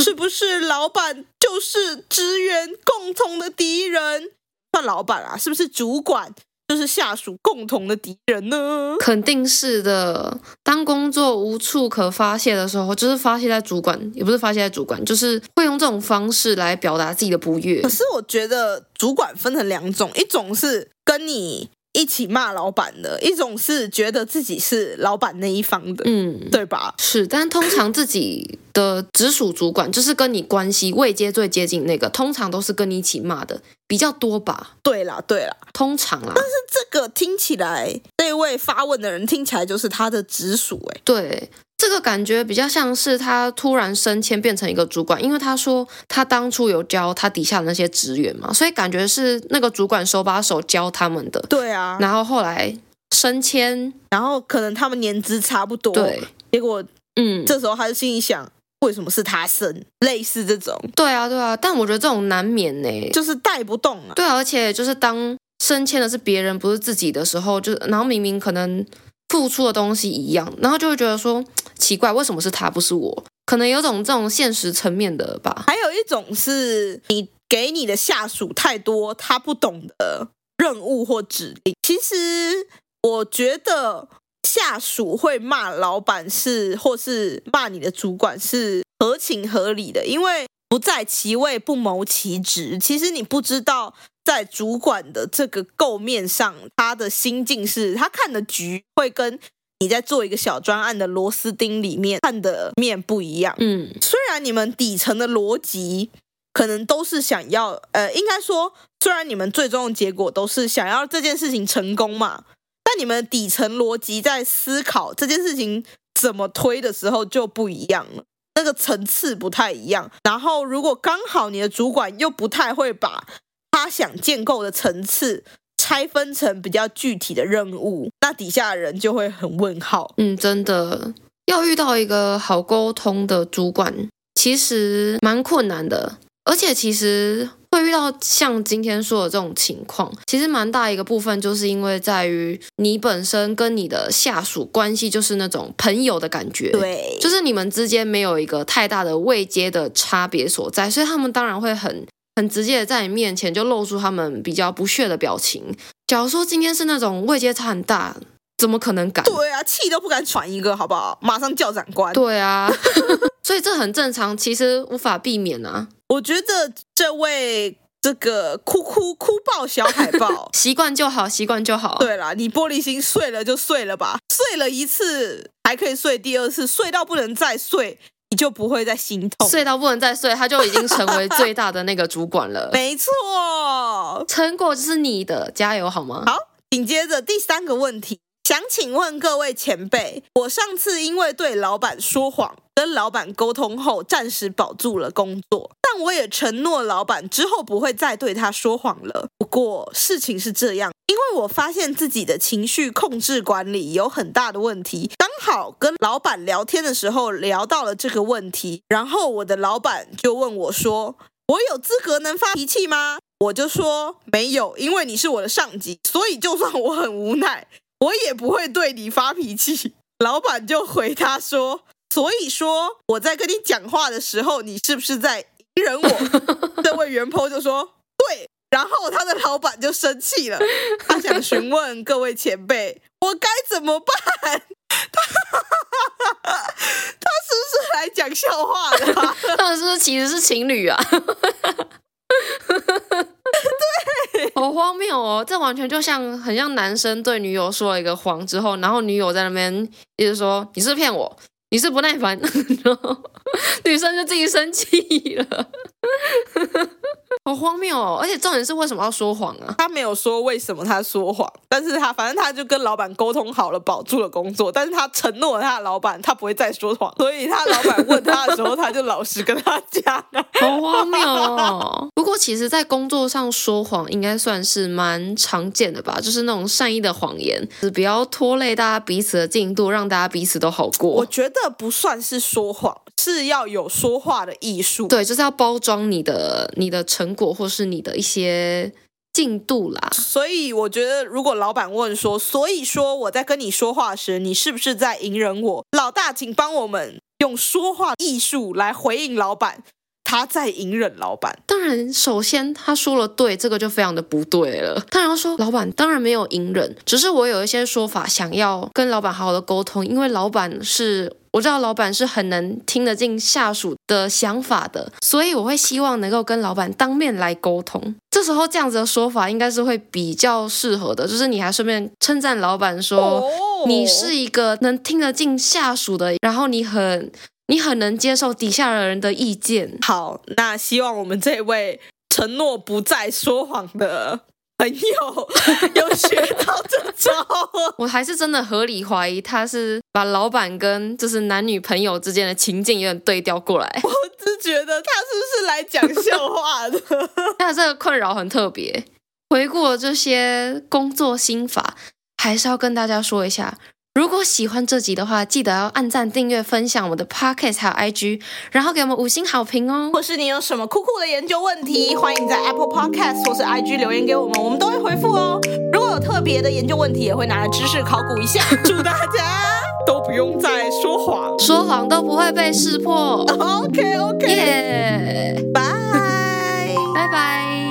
[SPEAKER 2] 是不是老板就是职员共同的敌人？算老板啊，是不是主管就是下属共同的敌人呢？
[SPEAKER 1] 肯定是的。当工作无处可发泄的时候，就是发泄在主管，也不是发泄在主管，就是会用这种方式来表达自己的不悦
[SPEAKER 2] 可。是我觉得主管分成两种，一种是跟你一起骂老板的，一种是觉得自己是老板那一方的，
[SPEAKER 1] 嗯，
[SPEAKER 2] 对吧？
[SPEAKER 1] 是。但通常自己的直属主管，就是跟你关系位阶最接近那个，通常都是跟你一起骂的比较多吧？
[SPEAKER 2] 对啦，对啦，
[SPEAKER 1] 通常啦，
[SPEAKER 2] 这个听起来，这位发问的人听起来就是他的直属、欸，
[SPEAKER 1] 对。这个感觉比较像是他突然升迁变成一个主管，因为他说他当初有教他底下的那些职员嘛，所以感觉是那个主管手把手教他们的。
[SPEAKER 2] 对啊，
[SPEAKER 1] 然后后来升迁，
[SPEAKER 2] 然后可能他们年资差不多，
[SPEAKER 1] 对，
[SPEAKER 2] 结果
[SPEAKER 1] 嗯，
[SPEAKER 2] 这时候他就心里想，为什么是他生？类似这种，
[SPEAKER 1] 对啊，对啊，但我觉得这种难免呢、
[SPEAKER 2] 就是带不动啊。
[SPEAKER 1] 对啊，而且就是当升迁的是别人不是自己的时候，就然后明明可能付出的东西一样，然后就会觉得说奇怪，为什么是他不是我？可能有种这种现实层面的吧。
[SPEAKER 2] 还有一种是你给你的下属太多他不懂的任务或指令。其实我觉得下属会骂老板是，或是骂你的主管是合情合理的，因为不在其位不谋其职。其实你不知道。在主管的这个构面上，他的心境是，他看的局会跟你在做一个小专案的螺丝钉里面看的面不一样。
[SPEAKER 1] 嗯，
[SPEAKER 2] 虽然你们底层的逻辑可能都是想要，呃，应该说，虽然你们最终的结果都是想要这件事情成功嘛，但你们底层逻辑在思考这件事情怎么推的时候就不一样了。那个层次不太一样，然后如果刚好你的主管又不太会把他想建构的层次拆分成比较具体的任务，那底下的人就会很问号。
[SPEAKER 1] 嗯，真的要遇到一个好沟通的主管，其实蛮困难的。而且其实会遇到像今天说的这种情况，其实蛮大一个部分就是因为在于你本身跟你的下属关系就是那种朋友的感觉，，
[SPEAKER 2] 对，
[SPEAKER 1] 就是你们之间没有一个太大的位阶的差别所在，所以他们当然会很很直接的在你面前就露出他们比较不屑的表情。假如说今天是那种位阶差很大，怎么可能敢？
[SPEAKER 2] 对啊，气都不敢喘一个，好不好？马上叫长官。
[SPEAKER 1] 对啊， 所以这很正常，其实无法避免啊。，
[SPEAKER 2] 我觉得这位这个哭哭哭爆小海豹
[SPEAKER 1] 习惯就好，习惯就好。，
[SPEAKER 2] 对啦，你玻璃心碎了就碎了吧，碎了一次还可以碎第二次，碎到不能再碎，你就不会再心痛。
[SPEAKER 1] 睡到不能再睡，他就已经成为最大的那个主管了。
[SPEAKER 2] 没错，
[SPEAKER 1] 成果就是你的，加油好吗？
[SPEAKER 2] 好，紧接着第三个问题，想请问各位前辈，我上次因为对老板说谎，跟老板沟通后，暂时保住了工作，但我也承诺老板之后不会再对他说谎了。不过事情是这样，因为我发现自己的情绪控制管理有很大的问题，刚好跟老板聊天的时候聊到了这个问题，然后我的老板就问我说。我有资格能发脾气吗？我就说没有，因为你是我的上级，所以就算我很无奈，我也不会对你发脾气。老板就回他说，所以说我在跟你讲话的时候，你是不是在隐忍我？这位原 po 就说对，然后他的老板就生气了，他想询问各位前辈，我该怎么办？他是不是来讲笑话的啊、
[SPEAKER 1] 他们是不是其实是情侣啊？ 对，好荒谬哦！这完全就像很像男生对女友说了一个谎之后，然后女友在那边一直说你是不是骗我，你是不耐烦， 然后女生就自己生气了，好荒谬哦！而且重点是为什么要说谎啊？
[SPEAKER 2] 他没有说为什么他说谎，但是他反正他就跟老板沟通好了，保住了工作。但是他承诺了他的老板，他不会再说谎，所以他老板问他的时候，他就老实跟他 讲。
[SPEAKER 1] 好荒谬哦！ 不过其实，在工作上说谎应该算是蛮常见的吧，就是那种善意的谎言，只不要拖累大家彼此的进度，让大家彼此都好
[SPEAKER 2] 我
[SPEAKER 1] 过。
[SPEAKER 2] 觉得不算是说谎，是要有说话的艺术。
[SPEAKER 1] 对，就是要包装你的你的成果或是你的一些进度啦。
[SPEAKER 2] 所以我觉得，如果老板问说，所以说我在跟你说话时，你是不是在隐忍我？老大，请帮我们用说话艺术来回应老板，他在隐忍老板。
[SPEAKER 1] 当然，首先他说了对，这个就非常的不对了。当然要说老板当然没有隐忍，只是我有一些说法想要跟老板好好的沟通，因为老板是我知道老板是很能听得进下属的想法的，所以我会希望能够跟老板当面来沟通。这时候这样子的说法应该是会比较适合的，就是你还顺便称赞老板说。哦
[SPEAKER 2] 哦
[SPEAKER 1] 你是一个能听得进下属的，然后你很你很能接受底下的人的意见，
[SPEAKER 2] 好，那希望我们这位承诺不再说谎的朋友 有学到这招。
[SPEAKER 1] 我还是真的合理怀疑他是把老板跟就是男女朋友之间的情境有点对调过来。
[SPEAKER 2] 我只觉得他是不是来讲笑话的？
[SPEAKER 1] 那这个困扰很特别。回顾了这些工作心法，还是要跟大家说一下。如果喜欢这集的话，记得要按赞、订阅、分享我们的 podcast 还有 IG，然后给我们五星好评哦。
[SPEAKER 2] 或是你有什么酷酷的研究问题，欢迎在 Apple Podcast 或是 IG 留言给我们，我们都会回复哦。如果有特别的研究问题，也会拿来知识考古一下。 祝大家都不用再说 谎。
[SPEAKER 1] 说谎都不会被识破，
[SPEAKER 2] OK OK，
[SPEAKER 1] 耶！
[SPEAKER 2] 拜。
[SPEAKER 1] 拜拜。